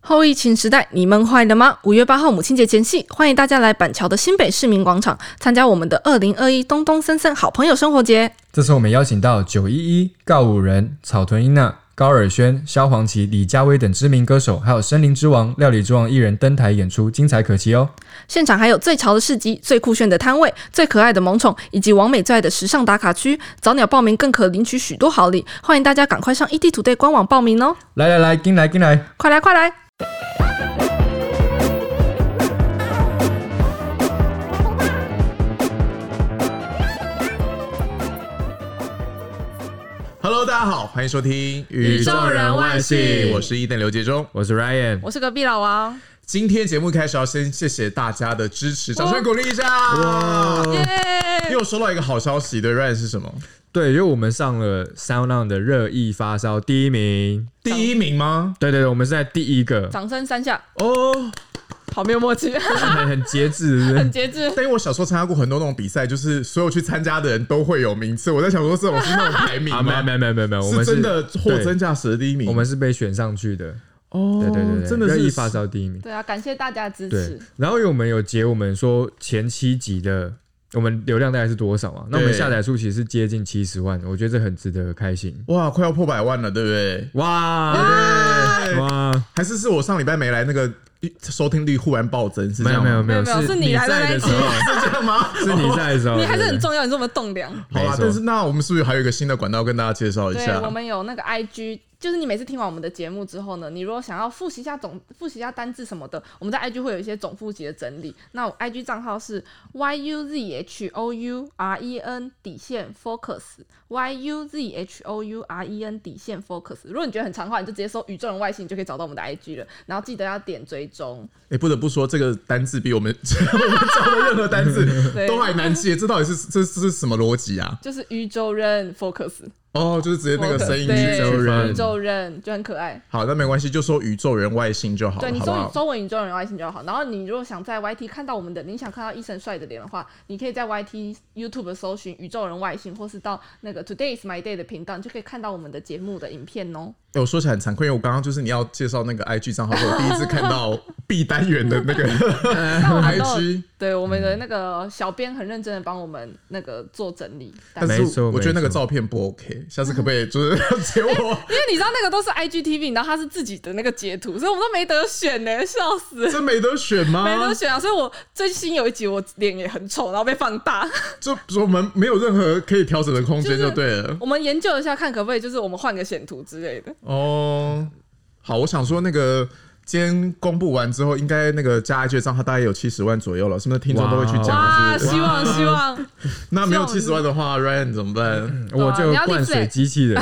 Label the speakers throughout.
Speaker 1: 后疫情时代，你们坏了吗？五月八号母亲节前夕，欢迎大家来板桥的新北市民广场参加我们的二零二一东东森森好朋友生活节。
Speaker 2: 这次我们邀请到九一一、告五人、草屯英娜、高尔宣、萧煌奇、李佳薇等知名歌手，还有森林之王、料理之王艺人登台演出，精彩可期哦！
Speaker 1: 现场还有最潮的市集、最酷炫的摊位、最可爱的萌宠，以及王美最爱的时尚打卡区。早鸟报名更可领取许多好礼，欢迎大家赶快上 ET 土队官网报名哦！
Speaker 2: 来来来，进来进来！
Speaker 1: 快来快来！
Speaker 3: Hello，大家好，欢迎收听《
Speaker 2: 宇宙人万幸
Speaker 3: 我是伊登刘杰忠。
Speaker 2: 我是 Ryan，
Speaker 1: 我是隔壁老王，
Speaker 3: 今天节目开始要先谢谢大家的支持，掌声鼓励一下。哇！
Speaker 2: 哇
Speaker 3: 因为我收到一个好消息，对 Ryan 是什么？
Speaker 2: 对，因为我们上了 Sound On 的热议发烧第一名，
Speaker 3: 第一名吗？
Speaker 2: 对对对，我们是在第一个，
Speaker 1: 掌声三下，
Speaker 3: 哦，
Speaker 1: 好没有默契，
Speaker 2: 很很节制， 是不是
Speaker 1: 节制。
Speaker 3: 但因为我小时候参加过很多那种比赛，就是所有去参加的人都会有名次。我在想说，这种是那种排 名
Speaker 2: 啊，
Speaker 3: 吗？
Speaker 2: 没有没有没有没有没有，我们
Speaker 3: 是真的货
Speaker 2: 对
Speaker 3: 真价实的第一名。
Speaker 2: 我们是被选上去的，
Speaker 3: 哦，
Speaker 2: 对对对对，
Speaker 3: 真的
Speaker 2: 热议
Speaker 3: 是
Speaker 2: 发烧第一名。
Speaker 1: 对啊，感谢大家的支
Speaker 2: 对，然后因为我们有截我们说前七集的，我们流量大概是多少嘛？那我们
Speaker 3: 对
Speaker 2: 下载数其实是接近七十万，我觉得这很值得开心。
Speaker 3: 哇，快要破百万了，对不对？
Speaker 2: 哇
Speaker 3: 对
Speaker 2: 哇！
Speaker 3: 还是是我上礼拜没来，那个收听率忽然暴增，是这
Speaker 2: 没有
Speaker 3: 样
Speaker 2: 没有
Speaker 3: 吗？
Speaker 2: 没有，
Speaker 1: 没有没有
Speaker 2: 是
Speaker 1: 是你来的
Speaker 2: 在
Speaker 1: 那一
Speaker 2: 的时
Speaker 1: 集
Speaker 2: 候，
Speaker 3: 是 这样吗？
Speaker 2: 是你在的时候，
Speaker 1: 你还是
Speaker 2: 对
Speaker 1: 很重要，你这么栋梁。
Speaker 3: 好
Speaker 2: 没
Speaker 3: 啦，
Speaker 2: 错
Speaker 3: 但是那我们是不是还有一个新的管道跟大家介绍一
Speaker 1: 对
Speaker 3: 下？
Speaker 1: 我们有那个 IG，就是你每次听完我们的节目之后呢，你如果想要复习一下总复习一下单字什么的，我们在 IG 会有一些总复习的整理。那我 IG 账号是 yuzhoureen E 底线 focus，yuzhoureen E 底线 focus。如果你觉得很长的话，你就直接搜宇宙人外星，你就可以找到我们的 IG 了。然后记得要点追踪。
Speaker 3: 哎、不得不说，这个单字比我们 我们教的任何单字
Speaker 1: 对
Speaker 3: 都还难记，这到底是这这是什么逻辑啊？
Speaker 1: 就是宇宙人 focus，
Speaker 3: 哦，就是直接那个
Speaker 1: focus，
Speaker 3: 声音
Speaker 1: 对
Speaker 3: 宇宙
Speaker 1: 宇
Speaker 3: 人。
Speaker 1: 宙人就很可爱。
Speaker 3: 好，那没关系，就说宇宙人外星就好
Speaker 1: 对
Speaker 3: 了，
Speaker 1: 你
Speaker 3: 好不
Speaker 1: 搜宇
Speaker 3: 好？
Speaker 1: 中文宇宙人 Y 星就好。然后你如果想在 YT 看到我们的，你想看到医生帅的脸的话，你可以在 YT YouTube 搜寻宇宙人外星，或是到那个 Today is my day 的频道，你就可以看到我们的节目的影片哦。
Speaker 3: 哎我说起来很惭愧，因为我刚刚就是你要介绍那个 IG 账号，是我第一次看到 B 单元的那个
Speaker 1: 那 我们都
Speaker 3: IG，
Speaker 1: 对我们的
Speaker 3: 嗯
Speaker 1: 那个小编很认真的帮我们那个做整理，但
Speaker 3: 但
Speaker 1: 是
Speaker 2: 没
Speaker 3: 是
Speaker 2: 错
Speaker 3: 我觉得那
Speaker 2: 没
Speaker 3: 个
Speaker 2: 错
Speaker 3: 照片不 OK，下次可不可以就是给 我？
Speaker 1: 因为你知道那个都是 IGTV，然后它是自己的那个截图，所以我们都没得选呢、笑死。
Speaker 3: 这没得选吗？
Speaker 1: 没得选啊，所以我最新有一集我脸也很丑，然后被放大。
Speaker 3: 就我们没有任何可以调整的空间，
Speaker 1: 就是
Speaker 3: 就对了。
Speaker 1: 我们研究一下，看可不可以就是我们换个显图之类的。
Speaker 3: 哦，好，我想说那个。今天公布完之后，应该那个加 IG 的账号大概有七十万左右了，是不是听众都会去
Speaker 1: 哇，
Speaker 3: 讲？是不是
Speaker 1: 希望希望
Speaker 3: 那没有七十万的话，Ryan 怎么办？
Speaker 2: 我
Speaker 1: 啊
Speaker 2: 就
Speaker 1: 你要
Speaker 2: 有
Speaker 1: 立
Speaker 2: 灌水
Speaker 1: flag
Speaker 2: 机器 人，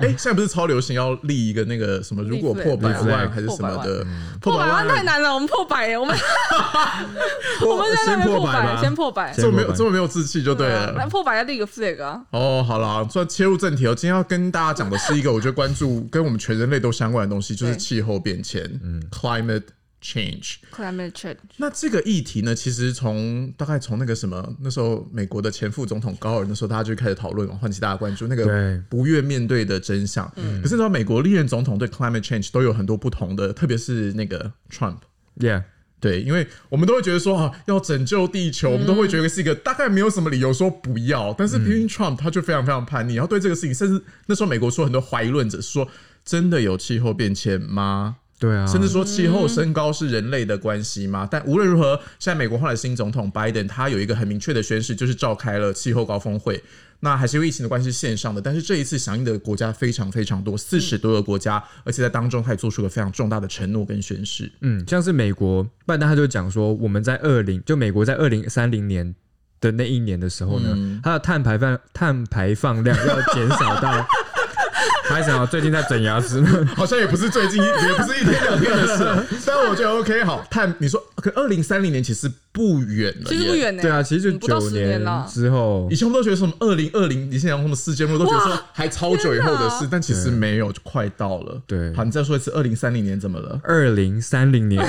Speaker 3: 哎，现在不是超流行要立一个那个什么，如果破百万还是什么的，
Speaker 1: 破百万
Speaker 3: 破
Speaker 1: 太难了，我们破百耶， 我们我
Speaker 3: 我
Speaker 1: 们现在还没破
Speaker 3: 吧，
Speaker 1: 先破百。
Speaker 3: 这么没有这么没有志气就对
Speaker 1: 啊那
Speaker 3: 了。
Speaker 1: 破百要立个 flag 啊！
Speaker 3: 哦，好了，算切入正题哦。今天要跟大家讲的是一个我觉得关注跟我们全人类都相关的东西，就是
Speaker 1: 对
Speaker 3: 气候变迁，嗯，climate change。
Speaker 1: climate change，
Speaker 3: 那这个议题呢，其实从大概从那个什么，那时候美国的前副总统高尔那时候，大家就开始讨论，唤起大家关注那
Speaker 2: 对
Speaker 3: 个不愿面对的真相。可是你知道，美国历任总统对 climate change 都有很多不同的，特别是那个 Trump。
Speaker 2: yeah，
Speaker 3: 对，因为我们都会觉得说啊，要拯救地球，我们都会觉得是一个大概没有什么理由说不要。但是偏偏 Trump 他就非常非常叛逆，然后对这个事情，甚至那时候美国说很多怀疑论者说，真的有气候变迁吗？
Speaker 2: 对啊，
Speaker 3: 甚至
Speaker 1: 哦
Speaker 3: 说气候升高是人类的关系吗？但无论如何，现在美国换了新总统拜登，他有一个很明确的宣誓，就是召开了气候高峰会。那还是因为疫情的关系线上的，但是这一次响应的国家非常非常多，四十多个国家，而且在当中他也做出了非常重大的承诺跟宣 誓。
Speaker 2: 嗯，像是美国拜登他就讲说，我们在二零就美国在二零三零年的那一年的时候呢，
Speaker 3: 嗯
Speaker 2: 它的碳排放碳排放量要减少 到。还想最近在整牙齿，
Speaker 3: 好像也不是最近，也不是一天两天的事，但 这我觉得 OK 好。碳，你说，可二零三零年其实不远了，
Speaker 1: 其实不。远呢、
Speaker 2: 对啊，其实
Speaker 1: 你
Speaker 2: 就
Speaker 1: 不到
Speaker 2: 九
Speaker 1: 十年了。
Speaker 2: 之后
Speaker 3: 以，前我们都觉得什么二零二零，你现在我们世界末都觉得说
Speaker 1: 哇
Speaker 3: 还超久以后的事
Speaker 1: 天，
Speaker 3: 但其实没有，就快到了。
Speaker 2: 对
Speaker 3: 好，你再说一次，二零三零年怎么了？
Speaker 2: 二零三零年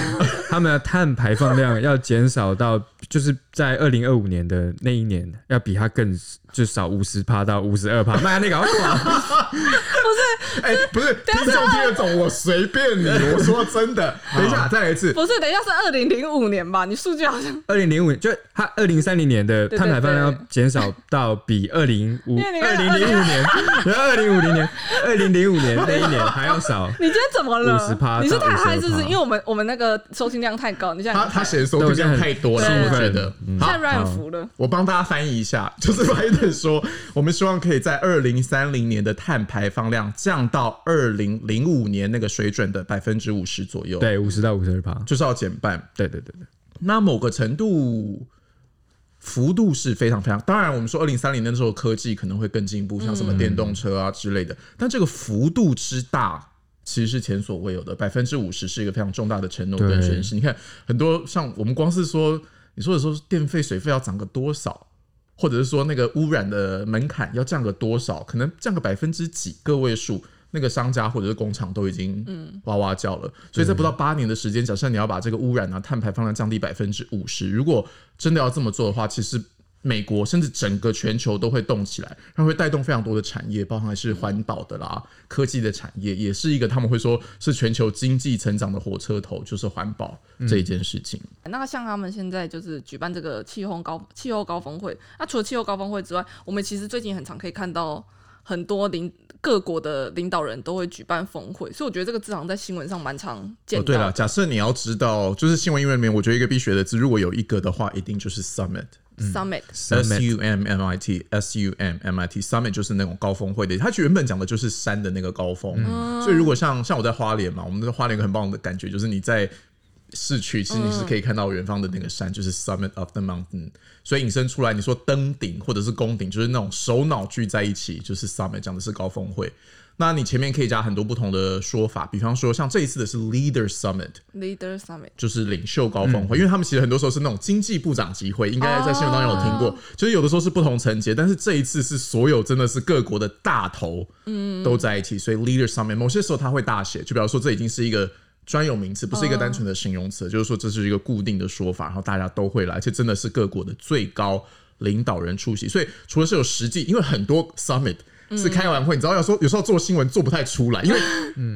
Speaker 2: 他们的碳排放量要减少到，就是在二零二五年的那一年，要比它更就少五十帕到五十二帕。妈，那个好垮，
Speaker 3: 哎、不是，听众听得懂，我随便你。我说真的，等一下再来一次。
Speaker 1: 不是，等一下是二零零五年吧？你数据好像
Speaker 2: 二零零五就它二零三零年的
Speaker 1: 对对
Speaker 2: 碳排放量
Speaker 1: 对
Speaker 2: 要减少到比二零五
Speaker 1: 因为你
Speaker 2: 二
Speaker 1: 看
Speaker 2: 零零 五年，然后二零五零年二零零五年那一年还 要少。
Speaker 1: 你今天怎么了？
Speaker 2: 50%
Speaker 1: 你是太
Speaker 2: 到
Speaker 1: 嗨，是不是？
Speaker 2: 52%
Speaker 1: 因为我们我们那个收听量太高，你现在
Speaker 3: 他他嫌收听量太多了，
Speaker 1: 对
Speaker 3: 我
Speaker 1: 我现在
Speaker 3: 觉
Speaker 2: 很
Speaker 3: 得。好
Speaker 1: 太，软服了。
Speaker 3: 我帮大家翻译一下，就是拜登说，我们希望可以在二零三零年的碳排放量降到二零零五年那个水准的百分之五十左右，，
Speaker 2: 对，五十到五十二帕。
Speaker 3: 就是要减半。
Speaker 2: 对对对对，
Speaker 3: 那某个程度。幅度是非常非常，当然我们说二零三零年的时候科技可能会更进步，像什么电动车啊之类的，但这个幅度之大其实是前所未有的，百分之五十是一个非常重大的承诺跟
Speaker 2: 对
Speaker 3: 宣示。你看很多像我们光是说你说的时候电费水费要涨个多少，或者是说那个污染的门槛要降个多少，可能降个百分之几个位数。那个商家或者是工厂都已经哇哇叫了，所以在不到八年的时间，假设你要把这个污染啊、碳排放量降低百分之五十，如果真的要这么做的话，其实美国甚至整个全球都会动起来，它会带动非常多的产业，包含是环保的啦、科技的产业，也是一个他们会说是全球经济成长的火车头，就是环保这一件事情。
Speaker 1: 那像他们现在就是举办这个气候高气候高峰会，那除了气候高峰会之外，我们其实最近很常可以看到很多领各国的领导人都会举办峰会，所以我觉得这个至少在新闻上蛮常见
Speaker 3: 哦，
Speaker 1: 到
Speaker 3: 对
Speaker 1: 的。
Speaker 3: 了，假设你要知道，就是新闻英文里面，我觉得一个必学的字，如果有一个的话，一定就是 summit。
Speaker 1: Summit，
Speaker 3: S U M M I T S U M M I T summit 就是那种高峰会的，它原本讲的就是山的那个高峰，所以如果像像我在花莲嘛，我们在花莲有个很棒的感觉就是你在市区，其实你是可以看到远方的那个山，就是 summit of the mountain，所以引申出来，你说登顶或者是攻顶，就是那种首脑聚在一起，就是 summit 讲的是高峰会。那你前面可以加很多不同的说法，比方说像这一次的是 leader summit，
Speaker 1: Leader Summit，
Speaker 3: 就是领袖高峰会，因为他们其实很多时候是那种经济部长集会，应该在新闻当中有听过，就是有的时候是不同层级，但是这一次是所有真的是各国的大头，嗯，都在一起，所以 leader 上面某些时候他会大写，就比方说这已经是一个。专有名词不是一个单纯的形容词，就是说这是一个固定的说法，然后大家都会来，而且真的是各国的最高领导人出席。所以除了是有实际，因为很多 summit 是开完会，你知道，有时候有时候做新闻做不太出来，因为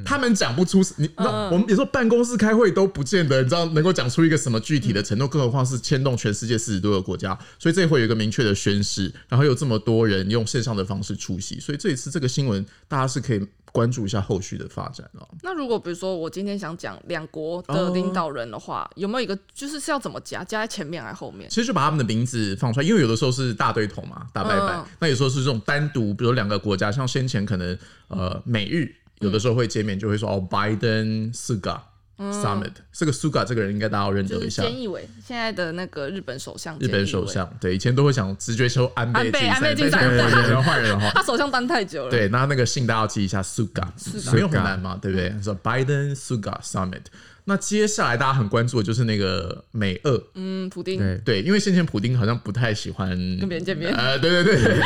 Speaker 3: 他们讲不出你，
Speaker 1: 嗯
Speaker 3: 那我们有时候办公室开会都不见得，你知道能够讲出一个什么具体的承诺，更何况是牵动全世界四十多个国家，所以这会有一个明确的宣誓，然后有这么多人用线上的方式出席，所以这一次这个新闻大家是可以关注一下后续的发展啊。
Speaker 1: 那如果比如说我今天想讲两国的领导人的话，
Speaker 3: 哦
Speaker 1: 有没有一个就是是要怎么加？加在前面还是后面？
Speaker 3: 其实就把他们的名字放出来，因为有的时候是大对头嘛，大拜拜；
Speaker 1: 嗯
Speaker 3: 那有时候是这种单独，比如两个国家，像先前可能呃美日有的时候会见面，就会说哦，拜登 Suga Summit，、这个 Suga 这个人应该大家要认得
Speaker 1: 嗯就是
Speaker 3: 一下。
Speaker 1: 菅义伟，现在的那个日本首相，
Speaker 3: 日本首，相对以前都会想直觉抽安倍
Speaker 1: 安倍
Speaker 3: 晋三，
Speaker 1: 安倍晋三
Speaker 3: 但是换人了换 人了哈。
Speaker 1: 他首相当太久了。
Speaker 3: 对，那那个信大家要记一下，Suga，没有很难嘛，对不对？
Speaker 1: 嗯
Speaker 3: 说 Biden Suga Summit，那接下来大家很关注的就是那个美俄
Speaker 1: 嗯，普丁，
Speaker 2: 对，
Speaker 3: 对，因为先前普丁好像不太喜欢跟
Speaker 1: 别人见面
Speaker 3: 呃，对对对，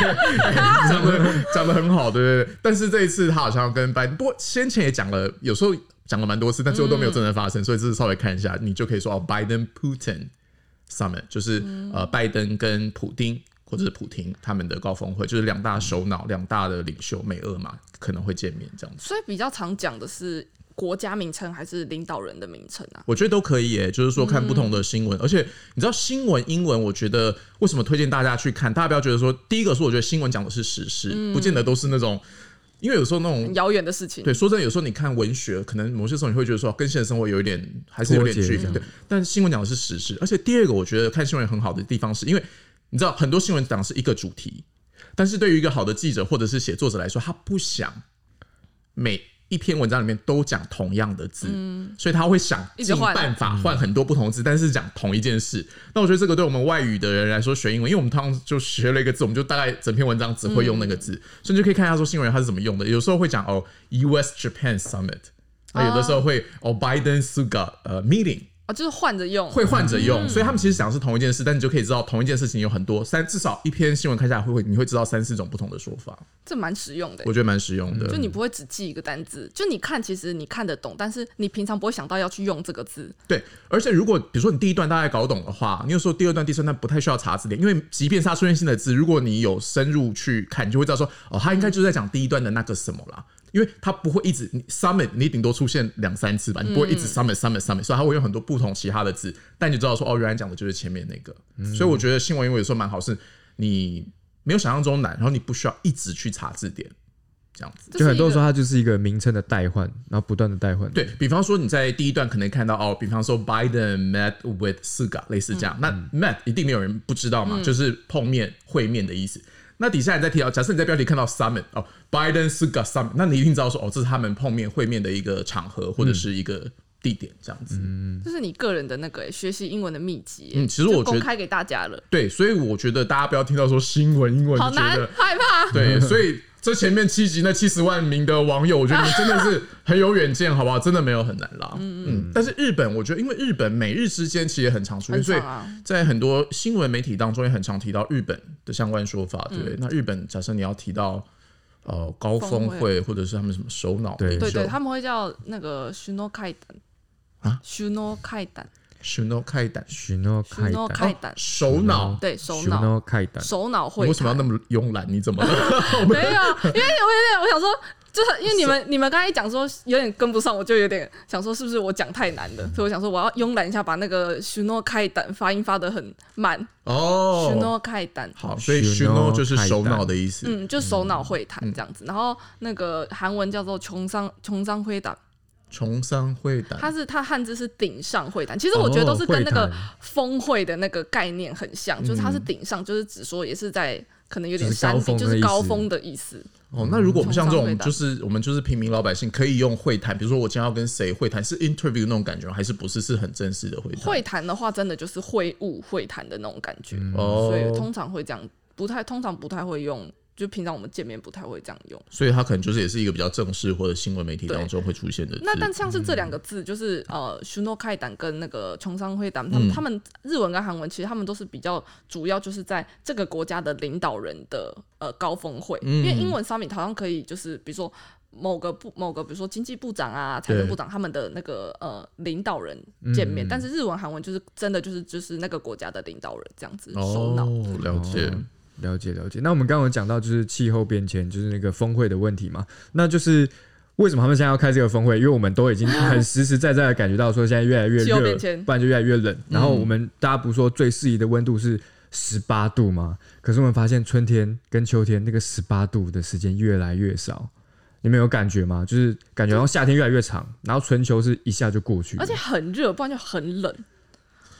Speaker 3: 讲的讲的很好，对对对。但是这一次他好像跟拜登，不过先前也讲了，有时候讲了蛮多次，但最后都
Speaker 1: 嗯
Speaker 3: 没有真的发生，所以这次稍微看一下，你就可以说哦，拜登 Putin summit 就是、
Speaker 1: 嗯
Speaker 3: 呃，拜登跟普丁。或者是普廷他们的高峰会，就是两大首脑、两大的领袖，美俄嘛，可能会见面这样子。
Speaker 1: 所以比较常讲的是国家名称还是领导人的名称啊？
Speaker 3: 我觉得都可以耶、就是说看不同的新闻，而且你知道新闻英文，我觉得为什么推荐大家去看？大家不要觉得说，第一个是我觉得新闻讲的是时事，不见得都是那种，因为有时候那种
Speaker 1: 很。遥远的事情。
Speaker 3: 嗯对，说真的，有时候你看文学，可能某些时候你会觉得说跟现实生活有一点还是有点
Speaker 2: 脱节
Speaker 3: 距离
Speaker 2: 这，样
Speaker 3: 对。但新闻讲的是时事，而且第二个我觉得看新闻很好的地方是，因为你知道很多新闻讲的是一个主题，但是对于一个好的记者或者是写作者来说，他不想每一篇文章里面都讲同样的字，所以他会想
Speaker 1: 嗯一直
Speaker 3: 尽
Speaker 1: 换
Speaker 3: 办法换很多不同的字，但是讲同一件事。那我觉得这个对我们外语的人来说，学英文，因为我们通常就学了一个字，我们就大概整篇文章只会用那个字，所以你就可以看一下说新闻它是怎么用的。有时候会讲哦，U.S. Japan Summit。那有的时候会哦，Biden Suga 呃 meeting
Speaker 1: 啊，就是换着用。
Speaker 3: 会换着
Speaker 1: 嗯
Speaker 3: 用，所以他们其实讲的是同一件事，但你就可以知道同一件事情有很多三，至少一篇新闻看下来会会你会知道三四种不同的说法，
Speaker 1: 这蛮实用的欸、
Speaker 3: 我觉得蛮实用的。
Speaker 1: 就你不会只记一个单字，就你看，其实你看得懂，但是你平常不会想到要去用这个字。
Speaker 3: 对，而且如果比如说你第一段大概搞懂的话，你有时候第二段、第三段不太需要查字典，因为即便是它出现新的字，如果你有深入去看，你就会知道说哦，他应该就是在讲第一段的那个什么啦。因为它不会一直你 summit，你顶多出现两三次吧，你不会一直 summit summit summit，、所以它会用很多不同其他的字，但你就知道说哦，原来讲的就是前面那个。所以我觉得新闻英文有时候蛮好，是你没有想象中难，然后你不需要一直去查字典，这样子。
Speaker 1: 这
Speaker 2: 就很多
Speaker 1: 是一
Speaker 2: 时候
Speaker 1: 个
Speaker 2: 它就是一个名称的代换，然后不断的代换。
Speaker 3: 对比方说，你在第一段可能看到哦，比方说 Biden met with Suga 类似这样，那 met 一定没有人不知道
Speaker 1: 嗯
Speaker 3: 嘛，就是碰面、会面的意思。那底下你再提到，假设你在标题看到 summit 哦，Biden Suga summit，那你一定知道说哦，这是他们碰面会面的一个场合或者是一个地点这样子。
Speaker 1: 这是你个人的那个欸、学习英文的秘籍欸、
Speaker 3: 嗯其实我
Speaker 1: 就
Speaker 3: 觉
Speaker 1: 公
Speaker 3: 得
Speaker 1: 开给大家了，
Speaker 3: 对，所以我觉得大家不要听到说新闻英文
Speaker 1: 好
Speaker 3: 就觉
Speaker 1: 难
Speaker 3: 得，
Speaker 1: 害怕。
Speaker 3: 对，所以这前面七集那七十万名的网友，我觉得你们真的是很有远见，好不好？真的没有很难啦。嗯嗯。但是日本，我觉得因为日本美日之间其实也很常出现，
Speaker 1: 很
Speaker 3: 所以
Speaker 1: 常啊
Speaker 3: 在很多新闻媒体当中也很常提到日本的相关说法。对，那日本假设你要提到呃高峰
Speaker 1: 嗯峰
Speaker 3: 会或者是他们什么首脑
Speaker 2: 对
Speaker 3: 领
Speaker 1: 对对，
Speaker 3: 袖，
Speaker 1: 他们会叫那个 “shuno 开胆”
Speaker 3: 啊
Speaker 1: ，“shuno 开胆
Speaker 3: 首脑开胆，
Speaker 2: 许诺凯
Speaker 1: ”，“shuno
Speaker 2: 丹，
Speaker 1: 开胆
Speaker 3: 首脑”，
Speaker 1: 对首
Speaker 2: 许
Speaker 1: 脑
Speaker 2: 诺凯丹，
Speaker 1: 首脑
Speaker 3: 哦你
Speaker 1: 会
Speaker 3: 为什么要
Speaker 1: 谈
Speaker 3: 那么慵懒？你怎 么了？
Speaker 1: 没有，因为我有点，我想说，就是因为你们你们刚才讲说有点跟不上，我就有点想说是不是我讲太难了，所以我想说我要慵懒一下，把那个 “shuno 开胆”发音发的很慢
Speaker 3: 哦，
Speaker 1: ，“shuno 开胆”。
Speaker 3: 好，所以
Speaker 2: Shuno
Speaker 3: “shuno” 就是
Speaker 2: 开
Speaker 3: 首
Speaker 2: 胆
Speaker 3: 脑的意思。
Speaker 1: 嗯，就首脑会谈这样子，然后那个韩文叫做穷商穷商会谈，
Speaker 3: 崇商会胆，
Speaker 1: 它是它汉字是顶上会谈，其实我觉得都是跟那
Speaker 2: 哦
Speaker 1: 个
Speaker 2: 会谈嗯
Speaker 1: 峰会的那个概念很像，就是它是顶上，就是指说也是在可能有点
Speaker 2: 就是高
Speaker 1: 山顶，
Speaker 2: 峰
Speaker 1: 就
Speaker 2: 的
Speaker 1: 是
Speaker 2: 意思
Speaker 1: 高峰的意思。
Speaker 3: 哦，那如果我们像这
Speaker 1: 从
Speaker 3: 种，
Speaker 1: 上对打
Speaker 3: 就是我们就是平民老百姓，可以用会谈，比如说我今天要跟谁会谈，是 interview 那种感觉吗，还是不是是很正式的会谈？
Speaker 1: 会谈的话，真的就是会晤会谈的那种感觉，
Speaker 3: 哦
Speaker 1: 所以通常会这样，不太通常不太会用，就平常我们见面不太会这样用。
Speaker 3: 所以它可能就是也是一个比较正式或者新闻媒体当中会出现的字。
Speaker 1: 那但像是这两
Speaker 2: 嗯
Speaker 1: 个字，就是呃 s h u n o k a i 党跟那个穷商会党，他们、
Speaker 3: 嗯
Speaker 1: 他们日文跟韩文其实他们都是比较主要就是在这个国家的领导人的呃高峰会，
Speaker 2: 嗯
Speaker 1: 因为英文 summit 好像可以就是比如说。某个部某个，比如说经济部长啊、财政部长他们的那个呃领导人见
Speaker 2: 嗯
Speaker 1: 面，但是日文、韩文就是真的就是就是那个国家的领导人这样子首脑。
Speaker 3: 哦，了解。
Speaker 2: 哦了解了解。那我们刚刚有讲到就是气候变迁，就是那个峰会的问题嘛，那就是。为什么他们现在要开这个峰会？因为我们都已经很实实在在的感觉到说，现在越来越
Speaker 1: 气候变
Speaker 2: 热，
Speaker 1: 迁
Speaker 2: 不然就越来越冷。然后我们大家不是说最适宜的温度
Speaker 1: 嗯
Speaker 2: 是十八度吗？可是我们发现春天跟秋天那个十八度的时间越来越少，你们有感觉吗？就是感觉到夏天越来越长，然后春秋是一下就过去了，
Speaker 1: 而且很热，不然就很冷。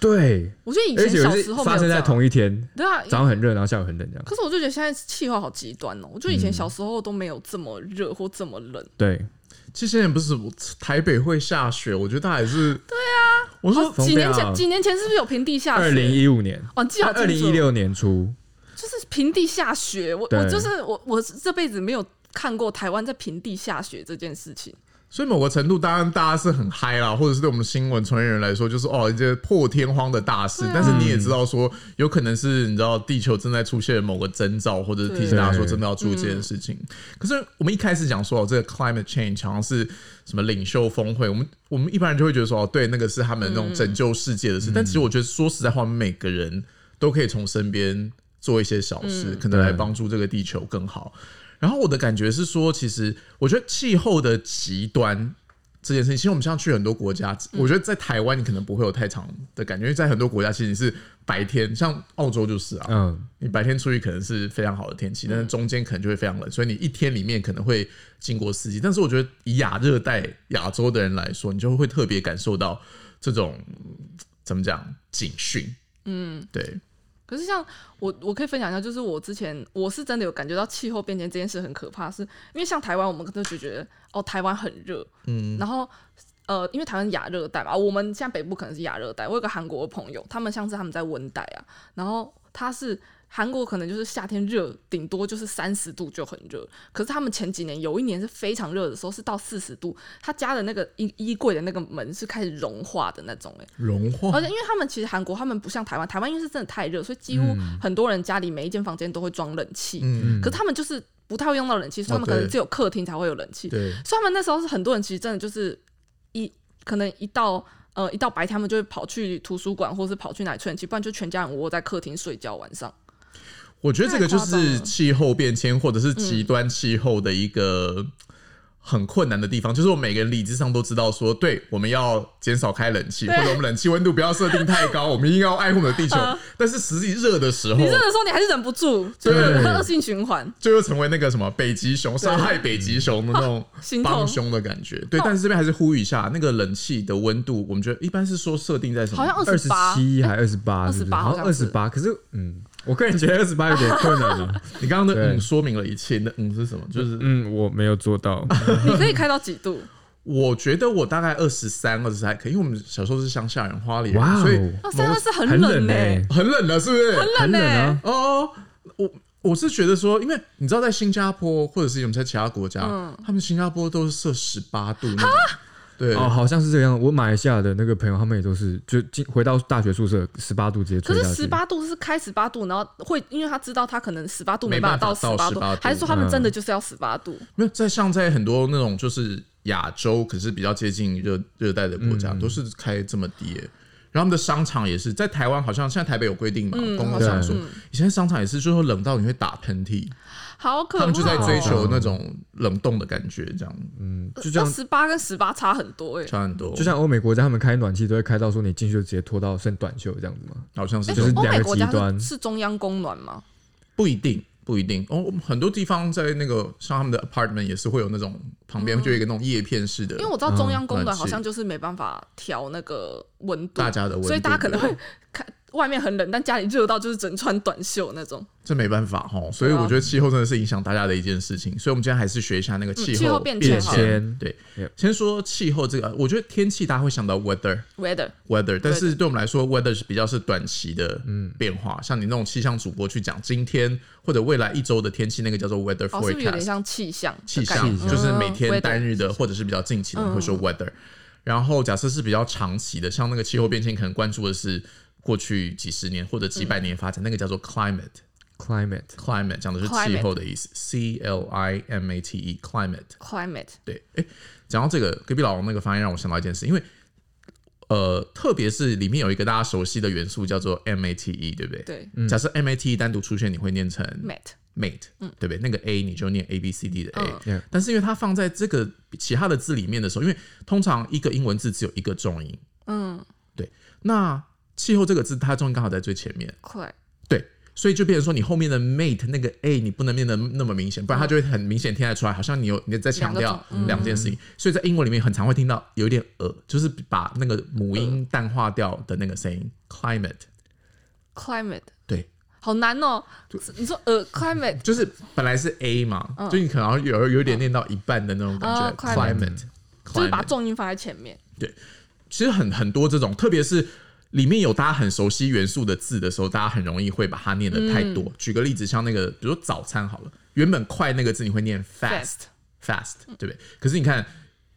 Speaker 2: 对，
Speaker 1: 我觉得以
Speaker 2: 而且
Speaker 1: 前
Speaker 2: 有
Speaker 1: 小
Speaker 2: 些
Speaker 1: 时候没
Speaker 2: 发
Speaker 1: 有
Speaker 2: 生
Speaker 1: 这
Speaker 2: 在
Speaker 1: 样，
Speaker 2: 同一天，
Speaker 1: 对啊，
Speaker 2: 早上很热，然后下午很冷这样。
Speaker 1: 可是我就觉得现在气候好极端哦，我觉得以
Speaker 2: 嗯
Speaker 1: 前小时候都没有这么热或这么冷，
Speaker 2: 对，
Speaker 3: 之前不是台北会下雪，我觉得它也是。对啊，我
Speaker 1: 好
Speaker 3: 说
Speaker 2: 疯
Speaker 1: 几年
Speaker 2: 掉
Speaker 1: 前几年前是不是有平地下雪？
Speaker 2: 二零一五年，
Speaker 1: 哦，记好
Speaker 2: 二零一
Speaker 1: 清楚
Speaker 2: 六年初，
Speaker 1: 就是平地下雪，我
Speaker 2: 对
Speaker 1: 我就是我我这辈子没有看过台湾在平地下雪这件事情，
Speaker 3: 所以某个程度，当然大家是很嗨啦，或者是对我们新闻从业人员来说，就是哦，这破天荒的大事。但是你也知道说，有可能是你知道地球正在出现某个征兆，或者是提醒大家说真的要注意这件事情。可是我们一开始讲说哦，这个 climate change 好像是什么领袖峰会，我们我们一般人就会觉得说哦，对，那个是他们那种拯救世界的事。但其实我觉得说实在话，我们每个人都可以从身边做一些小事，可能来
Speaker 2: 对
Speaker 3: 帮助这个地球更好。然后我的感觉是说，其实我觉得气候的极端这件事情，其实我们像去很多国家，
Speaker 1: 嗯
Speaker 3: 我觉得在台湾你可能不会有太长的感觉，因为在很多国家其实你是白天，像澳洲就是啊，
Speaker 2: 嗯，
Speaker 3: 你白天出去可能是非常好的天气，但是中间可能就会非常冷，所以你一天里面可能会经过四季。但是我觉得以亚热带亚洲的人来说，你就会特别感受到这种嗯怎么讲警讯，嗯，对，
Speaker 1: 可是像我，我可以分享一下，就是我之前我是真的有感觉到气候变迁这件事很可怕，是因为像台湾，我们都就觉得哦，台湾很热，嗯，然后呃，因为台湾亚热带嘛，我们现在北部可能是亚热带。我有个韩国的朋友，他们像是他们在温带啊，然后他是韩国可能就是夏天热，顶多就是三十度就很热。可是他们前几年有一年是非常热的时候，是到四十度，他家的那个衣衣柜的那个门是开始融化的那种、欸，
Speaker 3: 融化
Speaker 1: 而且因为他们其实韩国他们不像台湾，台湾因为是真的太热，所以几乎
Speaker 2: 嗯
Speaker 1: 很多人家里每一间房间都会装冷气。
Speaker 3: 嗯，
Speaker 1: 可是他们就是不太会用到冷气，所以他们
Speaker 3: 哦对
Speaker 1: 可能只有客厅才会有冷气。
Speaker 3: 对，
Speaker 1: 所以他们那时候是很多人其实真的就是一可能一到呃一到白天，他们就会跑去图书馆，或是跑去哪里吹冷气，不然就全家人窝在客厅睡觉。晚上
Speaker 3: 我觉得这个就
Speaker 1: 太夸张
Speaker 3: 是
Speaker 1: 了
Speaker 3: 气候变迁或者是极端气候的一个很困难的地方，就是我们每个人理智上都知道说，对，我们要减少开冷气，或
Speaker 1: 对
Speaker 3: 者我们冷气温度不要设定 太高，我们一定要爱护我们的地球
Speaker 1: 嗯。
Speaker 3: 但是实际热的时候
Speaker 1: 你，热的时候，你还是忍不住，就
Speaker 3: 对
Speaker 1: 是恶性循环。
Speaker 3: 就又成为那个什么北极熊杀害北极熊的那种
Speaker 1: 心痛哦
Speaker 3: 帮凶的感觉。对，但是这边还是呼吁一下，那个冷气的温度，我们觉得一般是说设定在什么？
Speaker 1: 好像
Speaker 2: 二
Speaker 1: 二
Speaker 2: 十
Speaker 1: 十八，
Speaker 2: 七啊还二十八，是不是
Speaker 1: 28
Speaker 2: 好像
Speaker 1: 好
Speaker 2: 二
Speaker 1: 像
Speaker 2: 十
Speaker 1: 是
Speaker 2: 八，可是嗯，我个人觉得二十八有点困难了。
Speaker 3: 你刚刚的
Speaker 2: 对
Speaker 3: 嗯说明了一切，那嗯是什么？就是
Speaker 2: 嗯，我没有做到。
Speaker 1: 你可以开到几度？
Speaker 3: 我觉得我大概二十三、二十三可以，因为我们小时候是乡下人，花莲，
Speaker 2: 哇哦
Speaker 3: 所以
Speaker 1: 哦，三二是很
Speaker 2: 很冷
Speaker 1: 冷呢、
Speaker 2: 欸
Speaker 3: 很冷了，是不是？
Speaker 2: 很冷啊！
Speaker 3: 哦，我我是觉得说，因为你知道，在新加坡或者是我们在其他国家，
Speaker 1: 嗯
Speaker 3: 他们新加坡都是设十八度那种，对，
Speaker 2: 哦，好像是这样。我马来西亚的那个朋友，他们也都是就进回到大学宿舍，十八度直接
Speaker 1: 可
Speaker 2: 吹下
Speaker 1: 是
Speaker 2: 去。
Speaker 1: 十八度是开十八度，然后会因为他知道他可能十八度
Speaker 3: 没
Speaker 1: 没
Speaker 3: 办
Speaker 1: 办
Speaker 3: 法
Speaker 1: 法到十八
Speaker 3: 到
Speaker 1: 度
Speaker 3: 18度，
Speaker 1: 还是说他们真的就是要十八度？
Speaker 3: 没有在像在很多那种就是亚洲，可是比较接近热热带的国家，
Speaker 2: 嗯
Speaker 3: 都是开这么低耶、然后他们的商场也是，在台湾好像现在台北有规定嘛，
Speaker 1: 嗯
Speaker 3: 公共
Speaker 1: 好
Speaker 3: 场
Speaker 2: 像
Speaker 3: 所，以前商场也是，就是说冷到你会打喷嚏，
Speaker 1: 好可 怕、
Speaker 3: 他
Speaker 1: 哦！
Speaker 3: 们就在追求那种冷冻的感觉，这样
Speaker 2: 嗯，就这样，
Speaker 1: 十八跟十八差很多哎、
Speaker 3: 差很多，
Speaker 2: 就像欧美国家，他们开暖气都会开到说你进去就直接脱到剩短袖这样子嘛。
Speaker 3: 好像是
Speaker 1: 欸
Speaker 3: 这种
Speaker 2: 就是
Speaker 1: 欧
Speaker 2: 两
Speaker 1: 美
Speaker 2: 个
Speaker 1: 国家
Speaker 2: 极端
Speaker 1: 是是中央供暖吗？
Speaker 3: 不一定，不一定哦。很多地方在那个像他们的 apartment 也是会有那种旁边就有一个那种叶片式的
Speaker 1: 嗯因为，我知道中央供
Speaker 3: 嗯暖
Speaker 1: 暖
Speaker 3: 气
Speaker 1: 好像就是没办法调那个温度，
Speaker 3: 大家的温度，
Speaker 1: 所以大家可能会看外面很冷，但家里热到就是只能穿短袖那种。
Speaker 3: 这没办法哦。所以
Speaker 1: 对啊
Speaker 3: 我觉得气候真的是影响大家的一件事情。所以我们今天还是学一下那个气
Speaker 1: 嗯气
Speaker 3: 候
Speaker 1: 候变
Speaker 2: 迁好了
Speaker 3: 迁。对
Speaker 2: Yep，
Speaker 3: 先说气候这个，我觉得天气大家会想到 weather。
Speaker 1: weather
Speaker 3: weather，但是对我们来说，weather 是比较是短期的变化，像你那种气象主播去讲今天或者未来一周的天气，那个叫做 weather
Speaker 1: 哦，是不是有点
Speaker 3: forecast，、
Speaker 1: 像气象的
Speaker 3: 气
Speaker 1: 概
Speaker 3: 象
Speaker 1: 念？
Speaker 3: 就是每天
Speaker 1: 嗯
Speaker 3: 单
Speaker 1: weather 嗯
Speaker 3: 日的或者是比较近期的我们会说 weather，、然后假设是比较长期的，像那个气候变迁可能关注的是过去几十年或者几百年发展，那个叫做 climate。
Speaker 2: Climate，
Speaker 3: climate 讲的是
Speaker 1: Climate
Speaker 3: 气候的意思，C L I M A T E climate。
Speaker 1: climate
Speaker 3: 对，哎、讲到这个隔壁老王那个发言，让我想到一件事，因为呃，特别是里面有一个大家熟悉的元素叫做 mate，对不对？。E，
Speaker 1: 对
Speaker 3: 假设 mate E 单独出现，你会念成
Speaker 1: mat
Speaker 3: mate，对不对？那个 a 你就念 a b c d 的 a，、
Speaker 2: 嗯 Yeah
Speaker 3: 但是因为它放在这个其他的字里面的时候，因为通常一个英文字只有一个重音，
Speaker 1: 嗯
Speaker 3: 那气候这个字它重音刚好在最前面，
Speaker 1: climate
Speaker 3: 对，所以就变成说你后面的 mate 那个 a 你不能变得那么明显，不然它就会很明显听得出来，好像你有你在强调
Speaker 1: 两个重嗯
Speaker 3: 两件事情。所以在英文里面很常会听到有一点呃，就是把那个母音淡化掉的那个声音，climate。
Speaker 1: climate
Speaker 3: 对，
Speaker 1: 好难哦。你说呃 climate
Speaker 3: 就是本来是 a 嘛，就你可能有有一点念到一半的那种感觉
Speaker 1: 嗯哦，climate
Speaker 3: ，climate，
Speaker 1: 就是把
Speaker 3: climate
Speaker 1: 重音放在前面，
Speaker 3: 其实很很多这种，特别是里面有大家很熟悉元素的字的时候，大家很容易会把它念的太多。举个例子，像那个，比如说早餐好了，原本快那个字你会念 fast
Speaker 1: Fast
Speaker 3: fast，对不对？可是你看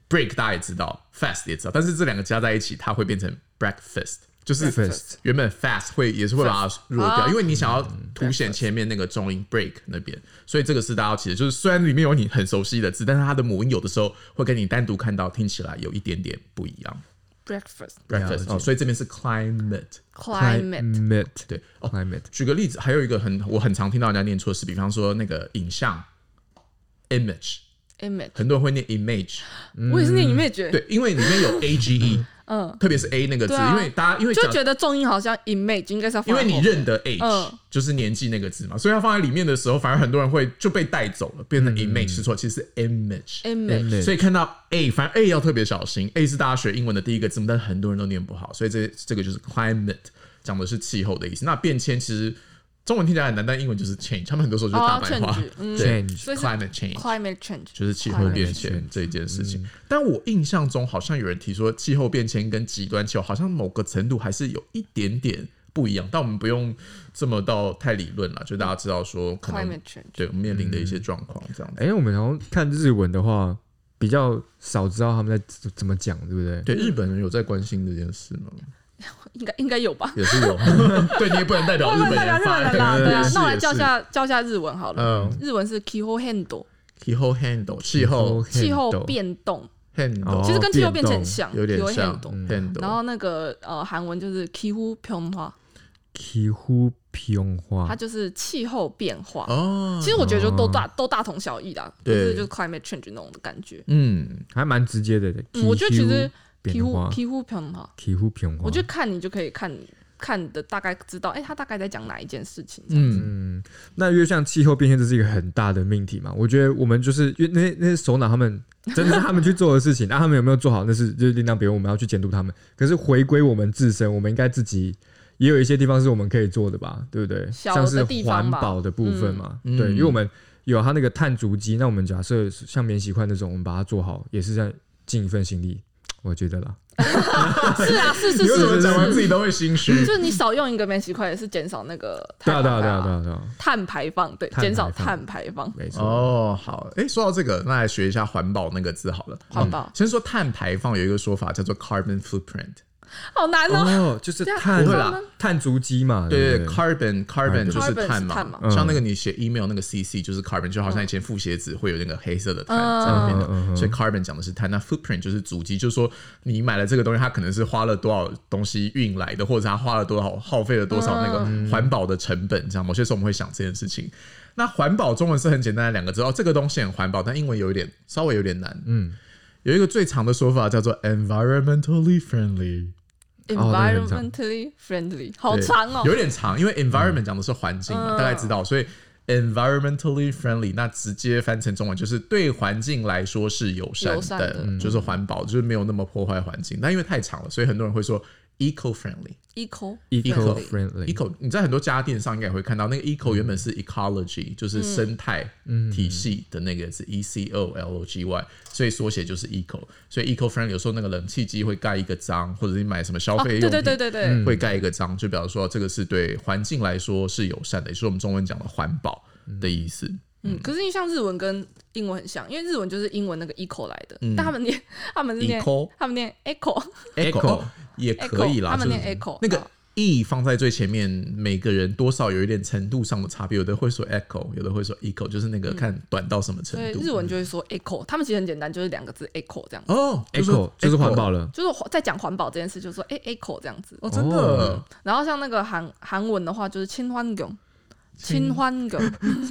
Speaker 3: break 大家也知道，fast 也知道，但是这两个加在一起，它会变成 breakfast。就是
Speaker 2: Breakfast
Speaker 3: 原本 fast 会也是会把它弱掉，
Speaker 1: 啊
Speaker 3: 因为你想要凸显前面那个重音 break 那边，所以这个是大家其实就是虽然里面有你很熟悉的字，但是它的母音有的时候会跟你单独看到听起来有一点点不一样。
Speaker 1: breakfast
Speaker 3: breakfast
Speaker 2: 了解
Speaker 3: 哦，所以这边是 climate。
Speaker 1: climate
Speaker 3: 对哦，
Speaker 2: Climate，Climate，
Speaker 3: 举个例子，还有一个很我很常听到人家念错的是，比方说那个影像 image，
Speaker 1: image，
Speaker 3: 很多人会念 image，
Speaker 1: 我也是念 image，欸
Speaker 3: 嗯对，因为里面有 a g e，
Speaker 1: 嗯，
Speaker 3: 特别是 a 那个字，
Speaker 1: 对啊
Speaker 3: 因为大家因为
Speaker 1: 就
Speaker 3: 讲
Speaker 1: 觉得重音好像 image 应该是要放
Speaker 3: 因
Speaker 1: 在
Speaker 3: 为
Speaker 1: 后面，
Speaker 3: 你认得 age、
Speaker 1: 嗯
Speaker 3: 就是年纪那个字嘛，所以它放在里面的时候，反而很多人会就被带走了，变成
Speaker 2: 嗯
Speaker 3: image 是错，其实是 image。
Speaker 1: image
Speaker 3: 所以看到 a，反正 a 要特别小心，a 是大家学英文的第一个字母，但很多人都念不好，所以这这个就是 climate，讲的是气候的意思。那变迁其实中文听起来很难，但英文就是 change，他们很多时候就是大
Speaker 1: 哦
Speaker 3: 白话，
Speaker 1: ，change，嗯
Speaker 3: 对
Speaker 2: Change
Speaker 1: 所以是
Speaker 3: climate change。
Speaker 1: climate change
Speaker 3: 就是气候
Speaker 1: climate
Speaker 3: 变迁
Speaker 2: change
Speaker 3: 这一件事情，
Speaker 1: 嗯
Speaker 3: 但我印象中好像有人提说，气候变迁跟极端气候好像某个程度还是有一点点不一样，但我们不用这么到太理论了，就大家知道说可能
Speaker 1: 嗯 climate 嗯 change，
Speaker 3: 对我们面临的一些状况这样子。
Speaker 2: 哎、我们然后看日文的话，比较少知道他们在怎怎么讲，对不对？
Speaker 3: 对日本人有在关心这件事吗？
Speaker 1: 应该应该有吧？
Speaker 3: 也是有， 对你也不能代表日
Speaker 1: 我
Speaker 3: 本
Speaker 1: 们 代表
Speaker 3: 人
Speaker 1: 日
Speaker 3: 发
Speaker 1: 本
Speaker 3: 言，
Speaker 1: 人啦，对啊
Speaker 3: 也。是
Speaker 1: 那我来
Speaker 3: 也
Speaker 1: 教一
Speaker 3: 是
Speaker 1: 下教一下日文好了，
Speaker 3: 嗯
Speaker 1: 日文是 kiho hendo，
Speaker 3: 气候 handle 气候
Speaker 1: 气候变动，
Speaker 2: 哦
Speaker 3: handle
Speaker 1: 其实跟气候变
Speaker 2: 变
Speaker 1: 成
Speaker 2: 动
Speaker 1: 像
Speaker 3: 有点
Speaker 1: kiho
Speaker 3: 像
Speaker 1: hendo。
Speaker 3: 嗯 handle，
Speaker 1: 然后那个呃韩文就是 kiho p y o n
Speaker 2: 几乎平
Speaker 1: 它
Speaker 2: 化，
Speaker 1: 就是气候变化。
Speaker 3: 哦，
Speaker 1: 其实我觉得就都大、都大同小异啦，就
Speaker 3: 对
Speaker 1: 是就是 climate change 那种的感觉。
Speaker 3: 嗯，
Speaker 2: 还蛮直接的。
Speaker 1: 嗯我觉得其实皮
Speaker 2: 变
Speaker 1: 肤
Speaker 2: 化，
Speaker 1: 皮肤平哈，
Speaker 2: 几乎平化，
Speaker 1: 我觉得看你就可以看看的大概知道，哎、他大概在讲哪一件事情。
Speaker 3: 嗯，
Speaker 2: 嗯，那因为像气候变迁，这是一个很大的命题嘛。我觉得我们就是因为那些那些首脑他们真的是他们去做的事情，那、他们有没有做好，那是就是另当别论，我们要去监督他们。可是回归我们自身，我们应该自己也有一些地方是我们可以做的吧，对不对？
Speaker 1: 小
Speaker 2: 像是
Speaker 1: 的地方
Speaker 2: 环
Speaker 1: 吧
Speaker 2: 保的部分嘛，
Speaker 3: 嗯
Speaker 2: 对，
Speaker 3: 嗯
Speaker 2: 因为我们有它那个碳足迹，那我们假设像免洗筷那种，我们把它做好，也是在尽一份心力，我觉得啦。
Speaker 1: 是啊，是是
Speaker 3: 你为什么
Speaker 1: 是，
Speaker 3: 讲完自己都会心虚？
Speaker 1: 就是你少用一个免洗筷也是减少那个
Speaker 2: 对
Speaker 1: 碳
Speaker 2: 啊，
Speaker 1: 排放啊
Speaker 2: 对啊，对啊，对啊，对啊，
Speaker 1: 碳排放，对，
Speaker 2: 碳排放
Speaker 1: 减少碳排放。
Speaker 2: 没错。
Speaker 3: 哦，好，哎、说到这个，那来学一下环保那个字好了。嗯
Speaker 1: 环保
Speaker 3: 先说碳排放有一个说法叫做 carbon footprint，
Speaker 1: 好难哦、
Speaker 2: 哦，就是
Speaker 1: 这样
Speaker 2: 碳
Speaker 1: 不会
Speaker 3: 啦
Speaker 2: 碳足迹嘛，
Speaker 3: 对
Speaker 2: 不
Speaker 3: 对，carbon carbon 就是
Speaker 1: Carbon
Speaker 3: 碳
Speaker 1: 是
Speaker 3: 嘛
Speaker 1: 碳嘛，
Speaker 2: 嗯
Speaker 3: 像那个你写 email 那个 CC 就是 carbon，就好像以前复写纸会有那个黑色的碳
Speaker 1: 嗯
Speaker 3: 在那边
Speaker 2: 嗯嗯嗯
Speaker 3: 的，所以 carbon 讲的是碳，那 footprint 就是足迹，就是说你买了这个东西，它可能是花了多少东西运来的，或者它花了多少耗费了多少那个环保的成本，这样某些时候我们会想这件事情。那环保中文是很简单的两个字哦，这个东西很环保，但英文有一点稍微有点难。嗯，有一个最长的说法叫做 environmentally friendly。
Speaker 1: Environmentally friendly，好
Speaker 3: 哦对
Speaker 1: 长哦、
Speaker 3: 有点长，因为 environment 讲的是环境嘛，
Speaker 1: 嗯
Speaker 3: 大概知道，所以 environmentally friendly，那直接翻成中文就是对环境来说是友善
Speaker 1: 友善的
Speaker 3: 就是环保，就是没有那么破坏环境。但因为太长了，所以很多人会说 eco friendly。
Speaker 1: eco
Speaker 2: ，eco friendly，
Speaker 3: eco，你在很多家电上应该也会看到那个 eco 原本是 ecology，就是生态体系的那个字 e c o l o g y，所以缩写就是 eco。所以 eco friendly 有时候那个冷气机会盖一个章，或者你买什么消
Speaker 1: 哦，对
Speaker 3: 费用嗯
Speaker 1: 对
Speaker 3: 品
Speaker 1: 对对对，
Speaker 3: 会盖一个章，就表示说这个是对环境来说是友善的，也是我们中文讲的环保的意思。
Speaker 1: 嗯，可是你像日文跟英文很像，因为日文就是英文那个 eco 来的，
Speaker 3: 嗯
Speaker 1: 但他们念 他们是念
Speaker 3: Eco
Speaker 1: 他们念 echo，
Speaker 2: Echo
Speaker 3: 哦也可以
Speaker 1: Echo，
Speaker 3: 啦，
Speaker 1: 他们
Speaker 3: 就是
Speaker 1: 念 Echo
Speaker 3: 那个
Speaker 1: 啊
Speaker 3: e 放在最前面，每个人多少有一点程度上的差别，有的会说 echo，有的会说 echo，就是那个看短到什么程
Speaker 1: 所以
Speaker 3: 度。
Speaker 1: 日文就会说 eco，他们其实很简单，就是两个字 eco 这样子，
Speaker 3: 哦
Speaker 2: eco 就是环保
Speaker 3: 了
Speaker 2: 了，
Speaker 1: 就是 在讲环保这件事，就说哎 eco 这样子。
Speaker 3: 哦，真的
Speaker 2: 哦
Speaker 1: 然后像那个韩韩文的话，就是清欢勇，
Speaker 3: 清
Speaker 1: 清欢 勇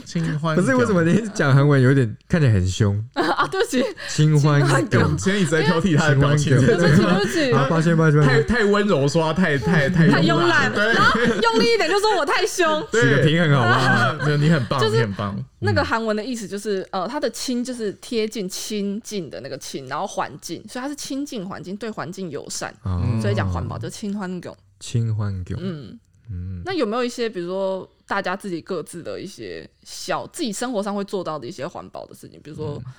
Speaker 3: 清欢。
Speaker 2: 可是为什么？你讲韩文有点看起来很凶？
Speaker 1: 啊，对不起，
Speaker 2: 清欢梗
Speaker 3: 我，今天一直在挑剔他的表情，
Speaker 2: 清欢
Speaker 1: 对不起，对不起，
Speaker 2: 啊，抱歉抱歉，抱
Speaker 3: 太
Speaker 2: 歉，
Speaker 3: 太温柔，说他太太太
Speaker 1: 太慵懒，
Speaker 3: 对嗯
Speaker 1: 然后用力一点就说我太凶。
Speaker 2: 取个平衡好吗？
Speaker 3: 啊，没有你很棒，
Speaker 1: 就是
Speaker 3: 你很棒。
Speaker 1: 那个韩文的意思就是，呃，它的亲就是贴近、亲近的那个亲，然后环境，所以它是亲近环境，对环境友善。
Speaker 2: 啊，
Speaker 1: 所以讲环保就清环境。
Speaker 2: 清欢梗，
Speaker 1: 嗯嗯，那有没有一些，比如说大家自己各自的一些小自己生活上会做到的一些环保的事情？比如说，
Speaker 2: 嗯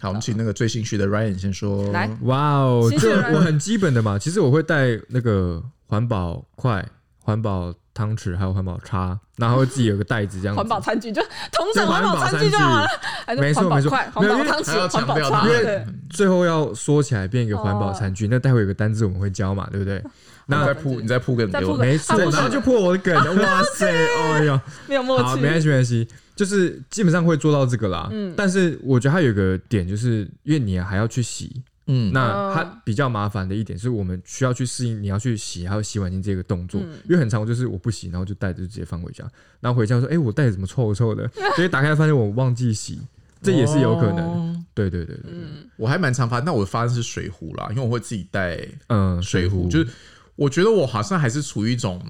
Speaker 3: 好，我们请那个最心虚的 Ryan 先说。
Speaker 1: 来
Speaker 2: 哇哦，
Speaker 1: 谢谢
Speaker 2: 这
Speaker 1: 软
Speaker 2: 我很基本的嘛。其实我会带那个环保筷、环保汤匙，还有环保叉，然后自己有个袋子这样 子。
Speaker 1: 环保餐具就同
Speaker 2: 对
Speaker 1: 整环保餐具就好了，还
Speaker 2: 没
Speaker 1: 是环
Speaker 2: 错
Speaker 1: 保
Speaker 2: 没错
Speaker 1: 筷、
Speaker 2: 没
Speaker 1: 环
Speaker 2: 有
Speaker 1: 保
Speaker 2: 因为
Speaker 1: 汤
Speaker 3: 还要
Speaker 1: 匙、环
Speaker 3: 强
Speaker 1: 保
Speaker 3: 调
Speaker 1: 叉，
Speaker 3: 它，
Speaker 1: 对，
Speaker 2: 最后要缩起来变一个环保
Speaker 1: 哦
Speaker 2: 餐具，那待会有个单字我们会教嘛，对不对？
Speaker 3: 那
Speaker 2: 那
Speaker 3: 再铺，你再铺个给
Speaker 1: 再铺
Speaker 3: 我
Speaker 1: 个。
Speaker 2: 没错，
Speaker 1: 啊不是
Speaker 2: 然后就破我的梗了，哇塞，哎呀，
Speaker 1: 没有默
Speaker 2: 好，
Speaker 1: 契
Speaker 2: 没。关系，没关系，就是基本上会做到这个啦。
Speaker 1: 嗯
Speaker 2: 但是我觉得它有个点，就是因为你还要去洗，
Speaker 3: 嗯，
Speaker 2: 那它
Speaker 1: 哦
Speaker 2: 比较麻烦的一点是我们需要去适应你要去洗还有洗碗巾这个动作，
Speaker 1: 嗯
Speaker 2: 因为很常就是我不洗，然后就袋子就直接放回家，然后回家说，哎、我袋子怎么臭臭的？所以打开发现我忘记洗，这也是有可能。
Speaker 3: 哦
Speaker 2: 对对对对，对
Speaker 1: 嗯，
Speaker 3: 我还蛮常发，那我发现是水壶啦，因为我会自己带
Speaker 2: 嗯，
Speaker 3: 水壶，就是我觉得我好像还是处于一种，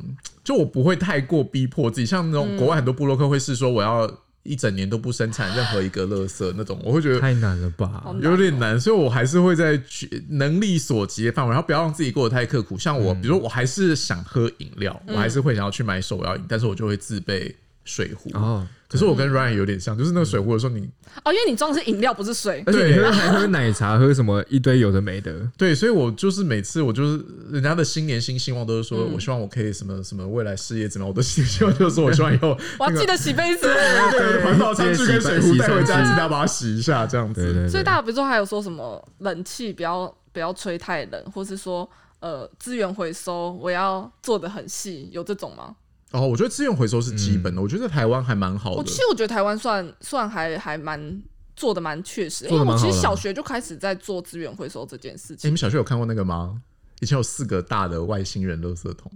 Speaker 3: 就我不会太过逼迫自己，像
Speaker 1: 嗯
Speaker 3: 那种国外很多布洛克会是说我要一整年都不生产任何一个垃圾那种，我会觉得。
Speaker 2: 太难了吧？
Speaker 1: 好难
Speaker 3: 有点难，所以我还是会在觉能力所及的范围，然后不要让自己过得太刻
Speaker 2: 嗯
Speaker 3: 苦。像我，比如说我还是想喝饮料，我还是会想要去买手摇饮，但是我就会自备水壶。
Speaker 2: 哦，嗯
Speaker 3: 可是我跟 Ryan 有点像，就是那个水壶的时候你，
Speaker 1: 哦，因为你装的是饮料，不是 水。
Speaker 2: 而且你
Speaker 3: 啊
Speaker 2: 喝还喝奶茶，喝什么一堆有的没的，
Speaker 3: 对，所以我就是每次我就是人家的新年新希望都是说，我希望我可以什么什么未来事业怎么样，我的新年希望就是说我希望以后
Speaker 1: 我要记得洗 杯子。
Speaker 3: 对环保餐具跟水壶带回家，
Speaker 2: 对
Speaker 3: 记得要把它洗一下，这样
Speaker 2: 对
Speaker 3: 子。
Speaker 2: 对
Speaker 1: 所以
Speaker 2: 对，
Speaker 1: 大家比如说还有说什么冷气不要不要吹太冷，或是说呃资源回收我要做的很细，有这种吗？
Speaker 3: 哦，我觉得资源回收是基本的，我觉得在台湾还蛮好
Speaker 1: 我
Speaker 3: 的
Speaker 1: 其。实我觉得台湾算算还还蛮做的蛮确实，因
Speaker 2: 做
Speaker 1: 为我
Speaker 2: 得蛮好的啊
Speaker 1: 其实小学就开始在做资源回收这件事
Speaker 3: 你
Speaker 1: 情
Speaker 3: 们。小学有看过那个吗？以前有四个大的外星人垃圾桶，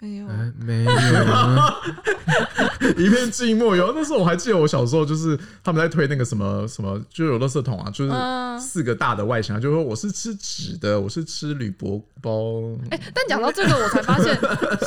Speaker 1: 没有，
Speaker 2: 哎，没 有啊，
Speaker 3: 一片寂寞。有那时候我还记得，我小时候就是他们在推那个什么什么，就有垃圾桶啊，就是
Speaker 1: 嗯
Speaker 3: 四个大的外形啊，就说我是吃纸的，我是吃铝箔包。
Speaker 1: 哎、但讲到这个，我才发 现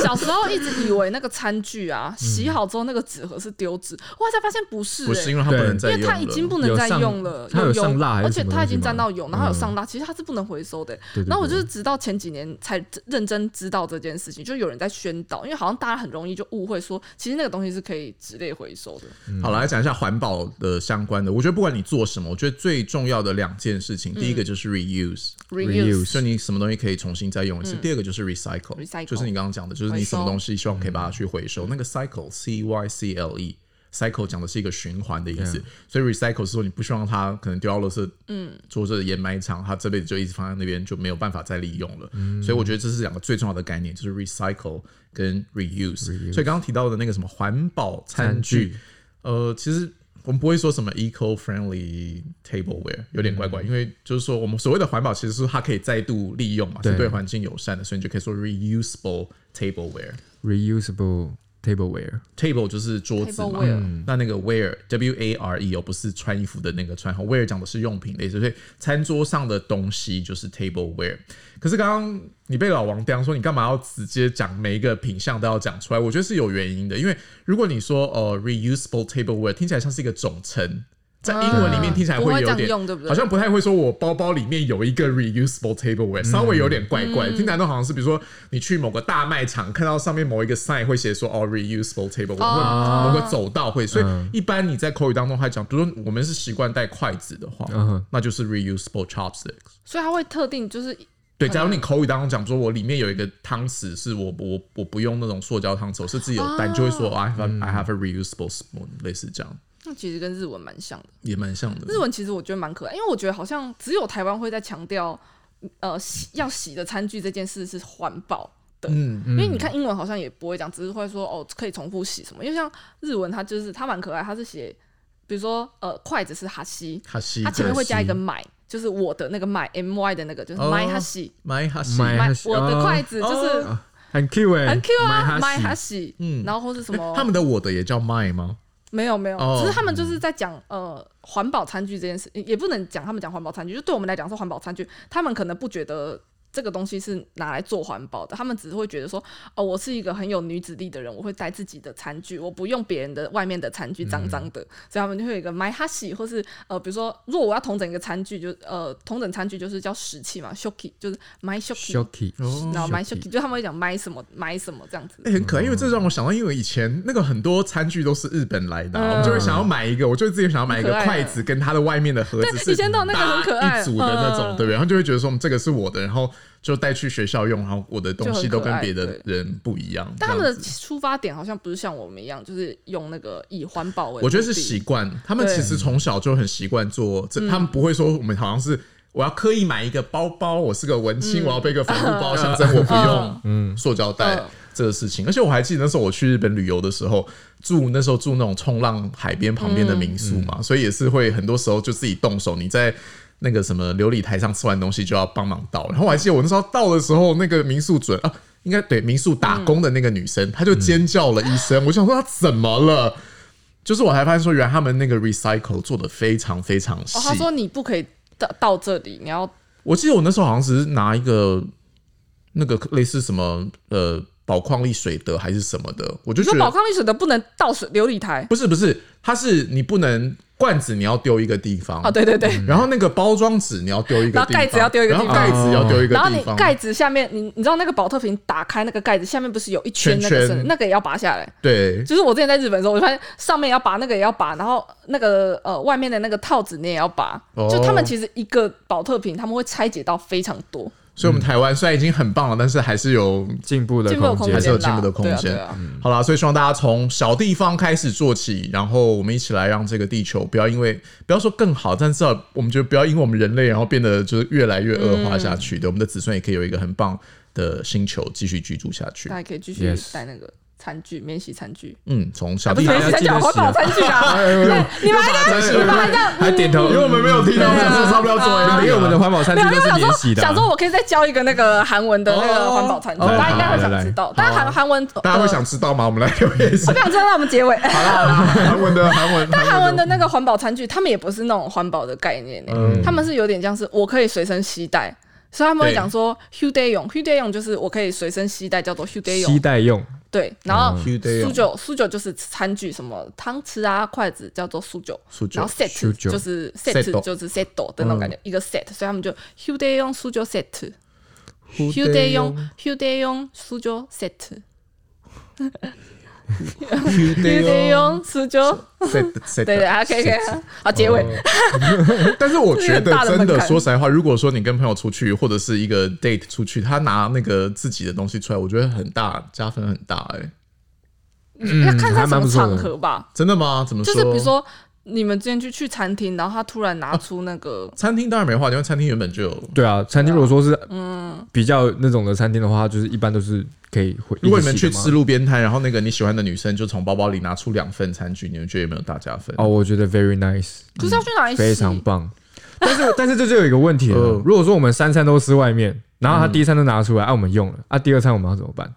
Speaker 1: 小时候一直以为那个餐具
Speaker 2: 嗯
Speaker 1: 啊，洗好之后那个纸盒是丢纸，我才发现不是、
Speaker 3: 不是
Speaker 1: 欸。
Speaker 3: 因为它不能
Speaker 2: 对
Speaker 3: 再
Speaker 1: 因为
Speaker 3: 用了，
Speaker 1: 它已经不能再用了，
Speaker 2: 有上它有
Speaker 1: 油
Speaker 2: 上蜡还是
Speaker 1: 而且
Speaker 2: 什么
Speaker 1: 它已经
Speaker 2: 东西吗
Speaker 1: 沾到油，然后有
Speaker 2: 嗯
Speaker 1: 上蜡，其实它是不能回收的欸、
Speaker 2: 对对对
Speaker 1: 然后我就是直到前几年才认真知道这件事情，就有人在宣导，因为好像大家很容易就误会说，其实那个东西是可以纸类回收的。
Speaker 3: 嗯好，来讲一下环保的相关的。我觉得不管你做什么，我觉得最重要的两件事
Speaker 1: 嗯
Speaker 3: 情，第一个就是 reuse，、
Speaker 1: reuse
Speaker 3: 就你什么东西可以重新再用一次；第二个就是 recycle，,
Speaker 1: recycle
Speaker 3: 就是你刚刚讲的，就是你什么东西希望可以把它去回收。那个 cycle c y c l e cycle 讲的是一个循环的意思，所以 recycle 是说你不希望它可能丢到垃圾，嗯，做这掩埋场，它这辈子就一直放在那边，就没有办法再利用了。所以我觉得这是两个最重要的概念，就是 recycle 跟 reuse。所以刚刚提到的那个什么环保餐
Speaker 2: 餐
Speaker 3: 具
Speaker 2: 具。
Speaker 3: 呃，其实我们不会说什么 eco friendly tableware，有点怪怪，因为就是说我们所谓的环保，其实是它可以再度利用嘛，
Speaker 2: 对
Speaker 3: 是对环境友善的，所以你就可以说 reusable tableware。
Speaker 2: ，reusable tableware，
Speaker 3: table 就是桌子嘛
Speaker 1: Tableware
Speaker 3: 那那个 wear w a r e 哦，不是穿衣服的那个穿好，wear 讲的是用品的意思，所以餐桌上的东西就是 tableware。可是刚刚你被老王刁说，你干嘛要直接讲每一个品相都要讲出来？我觉得是有原因的，因为如果你说呃 reusable tableware，听起来像是一个总称。在英文里面听起来
Speaker 1: 啊不会这
Speaker 3: 有
Speaker 1: 样
Speaker 3: 点，
Speaker 1: 用对不对
Speaker 3: 好像不太会说，我包包里面有一个 reusable tableware，稍微有点怪怪，
Speaker 1: 嗯
Speaker 3: 听起来都好像是，比如说你去某个大卖场看到上面某一个 sign 会写说哦 reusable tableware，
Speaker 1: 哦
Speaker 3: 或者某个走道会，所以一般你在口语当中还讲，比如说我们是习惯带筷子的话
Speaker 2: 嗯哼，
Speaker 3: 那就是 reusable chopsticks。
Speaker 1: 所以它会特定就是
Speaker 3: 对，假如你口语当中讲说，我里面有一个汤匙，是我我我不用那种塑胶汤匙，我是自己有带，你就会说哦 I have a- I have a reusable spoon，类似这样，
Speaker 1: 那其实跟日文蛮像的。
Speaker 3: 也蛮像的。
Speaker 1: 日文其实我觉得蛮可爱，因为我觉得好像只有台湾会在强调，呃，洗要洗的餐具这件事是环保的。
Speaker 3: 嗯
Speaker 1: 因为你看英文好像也不会讲，只是会说哦可以重复洗什么。因为像日文它就是它蛮可爱，它是写，比如说呃筷子是哈西，
Speaker 3: 哈西，
Speaker 1: 它前面会加一个
Speaker 3: 哈
Speaker 1: 买，就是我的那个买 m y 的那个就是
Speaker 3: 哦
Speaker 1: my 哈西，
Speaker 3: 西买哈西，
Speaker 2: 买 my
Speaker 1: 买
Speaker 2: hashi，
Speaker 1: 我的
Speaker 2: 哦
Speaker 1: 筷子就是
Speaker 3: 哦
Speaker 2: 很 Q 哎，
Speaker 1: 很 Q 啊
Speaker 2: my
Speaker 1: my
Speaker 2: hashi
Speaker 1: 哈西，
Speaker 3: 嗯
Speaker 1: 然后或是什么
Speaker 3: 他们的我的也叫 my 吗？
Speaker 1: 没有没有，
Speaker 3: 哦
Speaker 1: 只是他们就是在讲呃环保餐具这件事，也不能讲他们讲环保餐具，就对我们来讲是环保餐具，他们可能不觉得这个东西是拿来做环保的，他们只是会觉得说，哦，我是一个很有女子力的人，我会带自己的餐具，我不用别人的外面的餐具脏脏
Speaker 3: 嗯
Speaker 1: 的，所以他们就会有一个 my hashi，或是呃比如说，如果我要同整一个餐具，就呃同整餐具就是叫食器嘛，shoki 就是 my shoki，
Speaker 2: shoki，
Speaker 3: 哦
Speaker 1: 然后 my
Speaker 2: shoki
Speaker 1: shoki 就他们会讲 my 什么 my 什么这样子，
Speaker 3: 欸、很可爱，因为这让我想到，因为以前那个很多餐具都是日本来的啊、我们就会想要买一个，我就自己想要买一个
Speaker 1: 很可爱
Speaker 3: 筷子，跟它的外面的盒子是
Speaker 1: 以前都有那个很可爱
Speaker 3: 搭一组的那种，
Speaker 1: 嗯
Speaker 3: 对不对？然后就会觉得说，嗯这个是我的，然后就带去学校用，然后我的东西都
Speaker 1: 就很可
Speaker 3: 跟
Speaker 1: 爱
Speaker 3: 别的人不一样。
Speaker 1: 但他们
Speaker 3: 这
Speaker 1: 的
Speaker 3: 样子
Speaker 1: 出发点好像不是像我们一样，就是用那个以环保为目的。
Speaker 3: 我觉得是习惯，他们
Speaker 1: 对
Speaker 3: 其实从小就很习惯做这，他们不会说我们好像是。我要刻意买一个包包，我是个文青，我要背个帆布包，象征我不用嗯塑胶袋
Speaker 1: 嗯
Speaker 3: 这个事情。而且我还记得那时候我去日本旅游的时候，住那时候住那种冲浪海边旁边的民宿嘛，所以也是会很多时候就自己动手。你在那个什么琉璃台上吃完东西就要帮忙倒。然后我还记得我那时候到的时候，那个民宿准啊，应该对民宿打工的那个女生，她就尖叫了一声。我想说她啊怎么了？
Speaker 1: 嗯
Speaker 3: 就是我还发现说，原来他们那个 recycle 做的非常非常细。
Speaker 1: 哦，他说你不可以到到这里，你要
Speaker 3: 我记得我那时候好像只是拿一个那个类似什么呃。宝矿力水德还是什么的，我就
Speaker 1: 你
Speaker 3: 觉
Speaker 1: 说
Speaker 3: 得
Speaker 1: 宝矿力水的不能倒水琉璃台
Speaker 3: 不是不是，它是你不能罐子你要丢一个地方，
Speaker 1: 哦，对对对，
Speaker 3: 然后那个包装纸你要丢一个地
Speaker 1: 然
Speaker 3: 方，
Speaker 1: 后盖子要丢一个地方
Speaker 3: 然后盖子要丢一个
Speaker 1: 然后
Speaker 3: 地
Speaker 1: 你
Speaker 3: 方，
Speaker 1: 盖子下面，你你知道那个保特瓶打开那个盖子下面不是有一圈那
Speaker 3: 圈
Speaker 1: 个
Speaker 3: 圈
Speaker 1: 绳，那个也要拔下来。
Speaker 3: 对
Speaker 1: 就是我之前在日本的时候，我就发现上面也要拔，那个也要拔，然后那个呃外面的那个套子你也要拔。
Speaker 3: 哦
Speaker 1: 就他们其实一个保特瓶，他们会拆解到非常多，
Speaker 3: 所以我们台湾虽然已经很棒了，但是还是有
Speaker 2: 进步的
Speaker 1: 进步嗯有
Speaker 2: 空
Speaker 1: 空间
Speaker 2: 间
Speaker 3: 还
Speaker 1: 啦，
Speaker 3: 是有进步的空间
Speaker 1: 对啊对啊
Speaker 3: 好啦，所以希望大家从小地方开始做起，然后我们一起来让这个地球不要因为不要说更好，但至少我们觉得不要因为我们人类，然后变得就是越来越恶化下去。对，我们的子孙也可以有一个很棒的星球继续居住下去
Speaker 1: 大。家可以继续
Speaker 2: Yes
Speaker 1: 带那个餐具，免洗餐具，
Speaker 3: 嗯，从小
Speaker 1: 哎不
Speaker 3: 地
Speaker 1: 是
Speaker 3: 方
Speaker 1: 免
Speaker 2: 大
Speaker 1: 洗餐具，
Speaker 2: 家记得洗啊
Speaker 1: 环保餐具啊！对你们还
Speaker 3: 真 是
Speaker 1: 要，你们还要。
Speaker 2: 还点头，
Speaker 3: 因为我们没有听到，我
Speaker 1: 对啊
Speaker 3: 想说差不多要做
Speaker 2: 因为我们
Speaker 3: 啊
Speaker 2: 的环保餐
Speaker 1: 没
Speaker 2: 具
Speaker 1: 有，因为我
Speaker 2: 都是
Speaker 1: 想
Speaker 2: 免
Speaker 1: 说
Speaker 2: 洗，的啊，
Speaker 1: 想说我可以再教一个那个韩文的那个环保餐具，
Speaker 3: 哦
Speaker 1: 大家应该会
Speaker 2: 来来
Speaker 1: 想知道。大家韩韩文，
Speaker 3: 大家会
Speaker 1: 呃
Speaker 3: 想知道吗？我们来留言一下
Speaker 1: 我。想知道我们结尾。
Speaker 3: 好啦好
Speaker 1: 啊
Speaker 3: 啦，韩文 的韩文，
Speaker 1: 但韩文的那个环保餐具，他们也不是那种环保的概念、欸
Speaker 3: 嗯
Speaker 1: 他们是有点像是我可以随身携带，所以他们会
Speaker 3: 对
Speaker 1: 讲说 “hu day 用 ”，hu day 用就是我可以随身携带，叫做 hu day
Speaker 2: 吸
Speaker 1: 用。
Speaker 2: 带用，
Speaker 1: 对，然后
Speaker 3: 嗯 “huday 用
Speaker 1: 苏酒苏酒就是餐具，什么汤匙啊、筷子叫做苏酒，
Speaker 3: 苏酒
Speaker 1: 然 后 set
Speaker 2: 酒嗯
Speaker 1: 就是
Speaker 3: set
Speaker 1: set 就是 set 的那种感觉，一个 set，所以他们就 hu day 用苏酒 set。휴대용，휴대용수저 세트 휴대용 수저 对对，还可以可以，啊好结
Speaker 2: 哦
Speaker 1: 尾。
Speaker 3: 但是我觉得
Speaker 1: 这是很大的
Speaker 3: 真
Speaker 1: 门
Speaker 3: 的，
Speaker 1: 槛
Speaker 3: 说实在话，如果说你跟朋友出去或者是一个 date 出去，他拿那个自己的东西出来，我觉得很大加分很大哎、
Speaker 1: 要看在
Speaker 2: 嗯还
Speaker 1: 什
Speaker 2: 蛮不
Speaker 1: 么
Speaker 2: 错的
Speaker 1: 场合吧，
Speaker 3: 真的吗？怎么
Speaker 1: 就
Speaker 3: 说？
Speaker 1: 是比如说你们之前去去餐厅，然后他突然拿出那
Speaker 2: 哦
Speaker 1: 个，
Speaker 3: 餐厅当然没话，因为餐厅原本就有。
Speaker 2: 对啊，餐厅如果说是嗯比较那种的餐厅的话，就是一般都是可以回。
Speaker 3: 如果你们
Speaker 2: 一起
Speaker 3: 去
Speaker 2: 洗的嘛
Speaker 3: 吃路边摊，然后那个你喜欢的女生就从包包里拿出两份餐具，你们觉得有没有大加分？
Speaker 2: 哦，我觉得 very nice，
Speaker 1: 就是要去哪里洗
Speaker 2: 非常棒。但是但是这就有一个问题了
Speaker 3: 嗯，
Speaker 2: 如果说我们三餐都吃外面，然后他第一餐都拿出来，啊我们用了，啊第二餐我们要怎么办？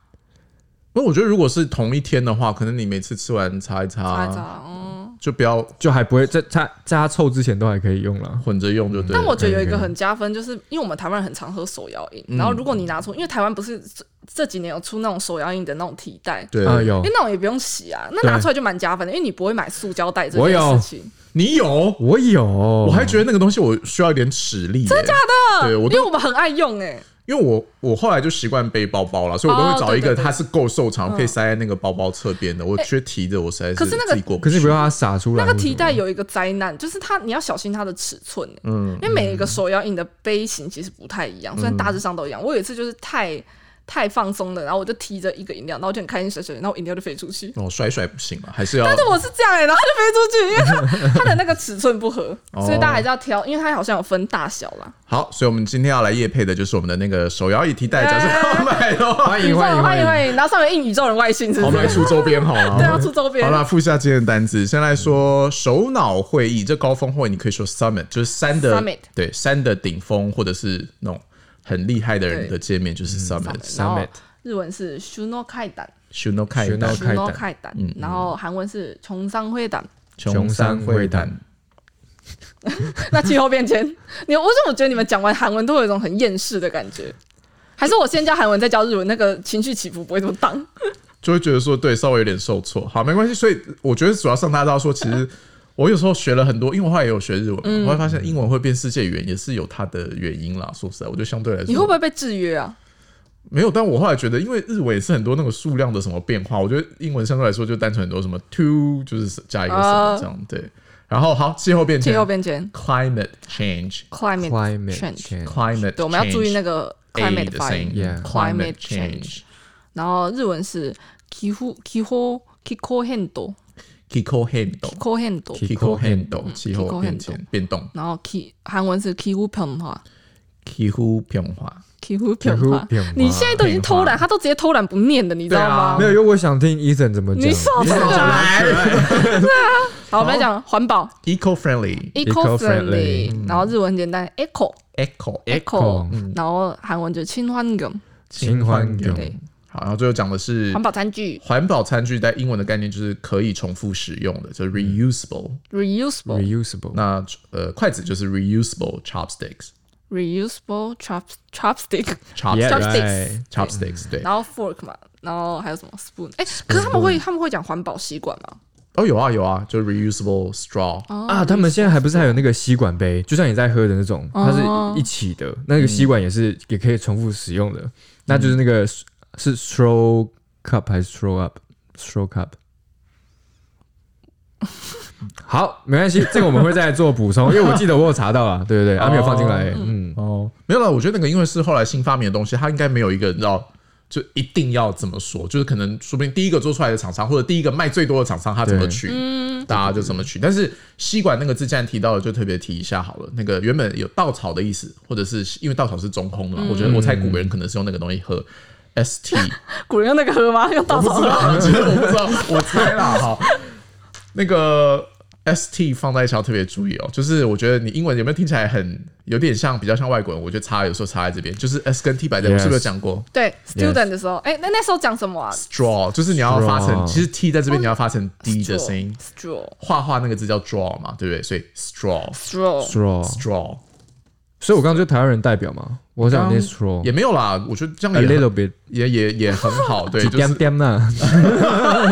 Speaker 3: 那我觉得如果是同一天的话，可能你每次吃完擦一
Speaker 1: 擦
Speaker 3: 擦，
Speaker 1: 一擦，
Speaker 2: 啊
Speaker 1: 嗯。
Speaker 3: 就不要
Speaker 2: 就还不会在他在他臭之前都还可以用了。
Speaker 3: 混着用就对了。
Speaker 1: 但我觉得有一
Speaker 2: 可以可
Speaker 1: 个
Speaker 2: 以嗯
Speaker 1: 很加分，就是因为我们台湾人很常喝手摇饮，然后如果你拿出，因为台湾不是这这几年有出那种手摇饮的那种提袋，
Speaker 3: 对
Speaker 2: 啊有
Speaker 1: 因为，那种也不用洗啊，那
Speaker 2: 对
Speaker 1: 拿出来就蛮加分的，因为你不会买塑胶袋这
Speaker 2: 我
Speaker 1: 件
Speaker 2: 有
Speaker 1: 事情。
Speaker 3: 你有，
Speaker 2: 我有，
Speaker 3: 我
Speaker 2: 我
Speaker 3: 还觉得那个东西我需要一点齿力、真的假的？对我
Speaker 1: 因
Speaker 3: 都
Speaker 1: 为我们很爱用哎、
Speaker 3: 因为我我后来就习惯背包包了，所以我都会找一
Speaker 1: 哦对
Speaker 3: 个
Speaker 1: 对对
Speaker 3: 它是够瘦长，可以塞在那个包包侧边的。我缺提的，我实在
Speaker 1: 可是那个
Speaker 3: 自己过
Speaker 2: 可
Speaker 3: 不
Speaker 2: 是
Speaker 3: 去。
Speaker 2: 你不要让它洒出来
Speaker 1: 那
Speaker 2: 或
Speaker 1: 个
Speaker 2: 什么
Speaker 1: 提
Speaker 2: 的。
Speaker 1: 袋有一个灾难，就是它你要小心它的尺寸、欸，
Speaker 3: 嗯，
Speaker 1: 因为每一个手摇饮的杯型其实不太一样，虽然大致上都一样。我有一次就是太太放松了，然后我就提着一个饮料，然后我就很开心甩甩，然后饮料就飞出去。
Speaker 3: 哦，甩甩不行了，还是要
Speaker 1: 但是我是这样哎、欸，然后它就飞出去，因为它它的那个尺寸不合，
Speaker 3: 哦
Speaker 1: 所以大家还是要挑，因为它好像有分大小啦。
Speaker 3: 好。所以我们今天要来夜配的就是我们的那个手摇椅提袋，假设
Speaker 1: 哎
Speaker 3: 要买的话，
Speaker 2: 欢
Speaker 1: 宇
Speaker 2: 迎
Speaker 1: 宙
Speaker 2: 欢
Speaker 1: 人
Speaker 2: 迎
Speaker 1: 欢迎
Speaker 2: 迎，
Speaker 1: 欢迎，然后上面印宇宙人外星，是
Speaker 3: 我
Speaker 1: 不
Speaker 3: 们来
Speaker 1: 是？
Speaker 3: 出周边好了。
Speaker 1: 对啊，出周边
Speaker 3: 好。了，复下今天的单词，先来说首脑会议。这高峰会你可以说 summit，就是山的
Speaker 1: Summit
Speaker 3: 对山的顶峰，或者是那种很厉害的人
Speaker 1: 对
Speaker 3: 的见面，就是 summit。
Speaker 1: Summit 然后
Speaker 2: 嗯 Summit
Speaker 1: 日文是 shuno 开胆，
Speaker 3: 首脑嗯会
Speaker 2: Shuno 开
Speaker 3: 谈，
Speaker 2: 胆
Speaker 1: shuno 开胆，然后韩文是穷商会胆。
Speaker 3: 穷山会谈。
Speaker 1: 那气候变迁， 你我怎么觉得你们讲完韩文都有一种很厌世的感觉？还是我先教韩文再教日文，那个情绪起伏不会这么荡。
Speaker 3: 就会觉得说对，稍微有点受挫。好，没关系。所以我觉得主要上大家知道说，其 实我有时候学了很多，因为我后来也有学日文嘛，
Speaker 1: 嗯
Speaker 3: 我会发现英文会变世界语言也是有它的原因啦。说实在，我觉得相对来说，
Speaker 1: 你会不会被制约啊？
Speaker 3: 没有？但我后来觉得，因为日文也是很多那个数量的什么变化，我觉得英文相对来说就单纯很多什么 to 就是加一个什么
Speaker 1: 啊
Speaker 3: 这样、对。然后好，气候变
Speaker 1: 气
Speaker 3: 迁
Speaker 1: 候变迁
Speaker 3: climate change
Speaker 1: ，climate
Speaker 2: climate
Speaker 1: change，
Speaker 2: change
Speaker 3: climate，
Speaker 1: 对，我们要注意那
Speaker 3: 个
Speaker 1: 个
Speaker 3: a
Speaker 1: climate
Speaker 3: 的
Speaker 1: 发
Speaker 3: 声音
Speaker 1: 音。
Speaker 2: yeah
Speaker 3: climate
Speaker 1: Climate
Speaker 3: change
Speaker 1: change 然后日文是気候気候気候変動
Speaker 3: Kiko
Speaker 1: 気
Speaker 3: handle
Speaker 1: 候変動，
Speaker 2: Ki-
Speaker 3: Kiko
Speaker 2: Kiko
Speaker 3: handle
Speaker 1: 嗯
Speaker 3: 气候变迁变动
Speaker 1: 然后気韩文是気候变化
Speaker 3: Kiko 变化。
Speaker 1: 気候
Speaker 2: 气
Speaker 1: 变
Speaker 2: 候
Speaker 1: 化。
Speaker 2: 变化
Speaker 1: 你现在都已经偷
Speaker 3: 变
Speaker 1: 懒，他都直接偷懒不念的，你知道
Speaker 3: 对啊
Speaker 1: 吗
Speaker 2: 没？有，因为我想听 Ethan 怎么讲
Speaker 1: 你。啊受不了。啊 好，我们来讲环保
Speaker 3: eco friendly
Speaker 1: ，eco
Speaker 2: Eco-friendly
Speaker 1: friendly，然后日文很简单，eco。
Speaker 3: eco
Speaker 1: echo，
Speaker 2: 嗯
Speaker 1: 然后韩文就是清환경，
Speaker 2: 新欢
Speaker 3: 嗯
Speaker 2: 迎
Speaker 1: 对，
Speaker 3: 好，然后最后讲的是
Speaker 1: 环保餐具
Speaker 3: 环保餐具，在英文的概念就是可以重复使用的，
Speaker 2: 嗯
Speaker 3: 就是 reusable。
Speaker 1: reusable
Speaker 2: reusable
Speaker 3: 那呃，筷子就是 reusable chopsticks。
Speaker 1: reusable chop chopstick
Speaker 3: chopsticks
Speaker 1: Yeah.
Speaker 3: chopsticks 对，
Speaker 1: 然后 fork 嘛，然后还有什么 spoon？哎、可是他们会他们会讲环保吸管吗？
Speaker 3: 哦有啊有啊，就 reusable straw，
Speaker 1: 哦
Speaker 2: 啊，他们现在还不是还有那个哦吸管杯，就像你在喝的那种，它是一起的，那个吸管也是也可以重复使用的，那就是那个是是 straw cup 还是 straw up？straw cup。好，没关系，这个我们会再做补充，因为我记得我有查到啊，对对对，还没有放进来，嗯，
Speaker 3: 哦，没有了。我觉得那个因为是后来新发明的东西，它应该没有一个你知道，就一定要怎么说，就是可能说不定第一个做出来的厂商或者第一个卖最多的厂商，他怎么
Speaker 2: 对
Speaker 3: 取，大家就怎么取。但是吸管那个字，既然提到了，就特别提一下好了。那个原本有稻草的意思，或者是因为稻草是中空的嘛，我觉得我猜古人可能是用那个东西喝。S T，
Speaker 1: 古人用那个喝吗？用稻
Speaker 3: 不
Speaker 1: 草
Speaker 3: 知
Speaker 1: 喝？
Speaker 3: 道，其实我不知道，我猜啦哈。那个 S T 放在一起要特别注意哦，就是我觉得你英文有没有听起来很有点像，比较像外国人，我觉得差有时候差在这边，就是 S 跟 T 摆在，我
Speaker 2: Yes
Speaker 3: 是不是有讲过
Speaker 1: 对，student 的时候，哎、那那时候讲什么啊
Speaker 3: draw，就是你要发成，
Speaker 2: Straw
Speaker 3: 其实 T 在这边你要发成 D 的声音，
Speaker 1: ？straw
Speaker 3: 画画那个字叫 draw 嘛，对不对？所以 straw
Speaker 2: 哦
Speaker 1: straw
Speaker 2: straw，
Speaker 3: straw
Speaker 2: 所以我刚刚就台湾人代表嘛，我想念 straw
Speaker 3: 也没有啦，我觉得这
Speaker 2: a
Speaker 3: 样也
Speaker 2: little
Speaker 3: 很
Speaker 2: bit，
Speaker 3: 也也也很好，对，就
Speaker 2: 点
Speaker 3: 是
Speaker 2: 点啊呐，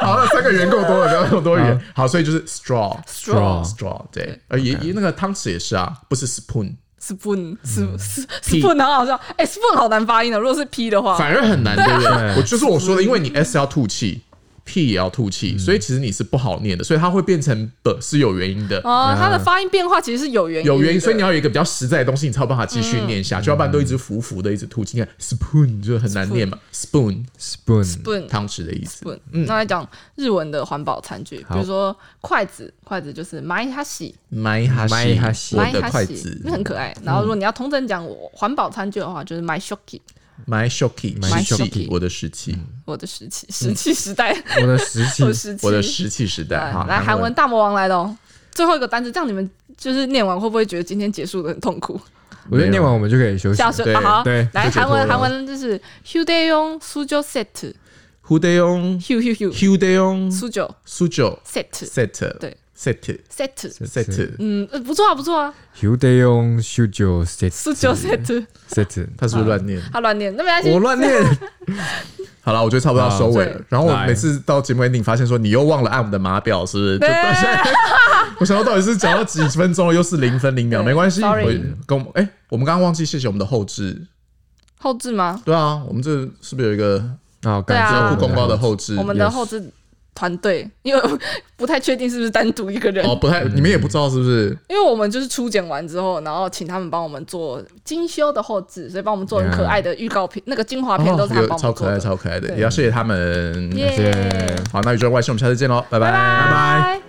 Speaker 3: 好了，三个圆够多了，不要那么多
Speaker 2: 啊
Speaker 3: 圆，好，所以就是 straw。
Speaker 1: straw
Speaker 2: Straw
Speaker 3: straw，对，呃，也也那个汤匙也是啊，不是 spoon，
Speaker 1: spoon sp- sp- spoon 很好笑，哎、s p o o n 好难发音的，如果是 p 的话，
Speaker 3: 反而很难，对不对？
Speaker 2: 对
Speaker 3: 我就是我说的，因为你 s 要吐气，p 也要吐
Speaker 2: 嗯
Speaker 3: 气，所以其实你是不好念的，所以它会变成 b 是有原因的。
Speaker 1: 哦，它的发音变化其实是有原因的，
Speaker 3: 嗯有原因，所以你要有一个比较实在的东西，你才有办法继续念
Speaker 2: 嗯
Speaker 3: 下去，要不然都一直浮浮的，一直吐气。你看 spoon 就很难念嘛，spoon
Speaker 2: ，spoon，
Speaker 1: spoon
Speaker 3: 汤匙的意
Speaker 2: 嗯
Speaker 3: 思。
Speaker 1: spoon。那来讲日文的环保餐具，比
Speaker 2: 好
Speaker 1: 如说筷子，筷子就是买哈喜，
Speaker 3: my h
Speaker 2: my
Speaker 3: a
Speaker 2: hashi
Speaker 3: s 我的筷子
Speaker 1: 那很可爱。然后如果你要通真讲我环保餐具的话，就是买 shoki，
Speaker 3: ，my shoki，
Speaker 1: my
Speaker 3: 石
Speaker 1: shoki
Speaker 3: 器，我的石器，
Speaker 2: 嗯
Speaker 1: 我的石器石器时代，
Speaker 2: 我的石器
Speaker 1: 我的石器，
Speaker 3: 嗯 我的石器时代。
Speaker 1: 来
Speaker 3: 哈，
Speaker 1: 来韩文大魔王来了哦，最后一个单词，这样你们就是念完会不会觉得今天结束的很痛苦？
Speaker 2: 我觉得念完我们就可以休息
Speaker 1: 下
Speaker 2: 了。
Speaker 1: 手
Speaker 3: 对
Speaker 1: 啊好
Speaker 2: 对，
Speaker 1: 来
Speaker 2: 就解
Speaker 1: 韩文
Speaker 2: 脱了
Speaker 1: 韩文就是 hudeon sujo set，hu
Speaker 3: h u d e y o n
Speaker 1: hu hu
Speaker 3: h u d e y o n
Speaker 1: sujo
Speaker 3: sujo
Speaker 1: set
Speaker 3: set
Speaker 1: 对
Speaker 3: set
Speaker 1: set，
Speaker 3: set，
Speaker 1: 嗯，呃不错啊不错啊
Speaker 2: 휴대용 휴조 세트
Speaker 1: ，sujo set，
Speaker 2: 세트
Speaker 3: 他是不是乱念？
Speaker 1: 他乱念，那没关系
Speaker 2: 我，乱念，
Speaker 3: 好了，我觉得差不多要收尾了
Speaker 1: 对。
Speaker 3: 然后我
Speaker 2: 来
Speaker 3: 每次到节目 ending 发现说你又忘了按我们的码表，是不是？就
Speaker 1: 对
Speaker 3: 到现在， 我想到到底是讲到几分钟了，又是零分零秒，
Speaker 1: 对
Speaker 3: 没关系。
Speaker 1: sorry
Speaker 3: 我跟我们哎，我们刚刚忘记谢谢我们的后置。
Speaker 1: 后置吗？
Speaker 3: 对啊，我们这是不是有一个
Speaker 2: 啊，感
Speaker 1: 对
Speaker 2: 谢
Speaker 1: 啊
Speaker 3: 不
Speaker 2: 护
Speaker 3: 公
Speaker 2: 工
Speaker 3: 告
Speaker 2: 包
Speaker 3: 的
Speaker 2: 的
Speaker 3: 后置
Speaker 1: 我？们的
Speaker 2: yes
Speaker 1: 后置团队，因为不太确定是不是单独一个人，
Speaker 3: 哦，不太，你们也不知道是不是？
Speaker 1: 因为我们就是初剪完之后，然后请他们帮我们做精修的后置，所以帮我们做很可爱的预告片，那个精华片都是他
Speaker 3: 哦
Speaker 1: 们
Speaker 3: 有
Speaker 1: 帮我
Speaker 3: 超
Speaker 1: 们
Speaker 3: 可
Speaker 1: 做
Speaker 3: 爱、
Speaker 1: 的。
Speaker 3: 超可爱的，
Speaker 1: 对
Speaker 3: 也要谢谢他们。
Speaker 1: 耶
Speaker 2: 谢谢
Speaker 3: 好，那宇宙外星，我们下次见喽，拜拜，
Speaker 1: 拜。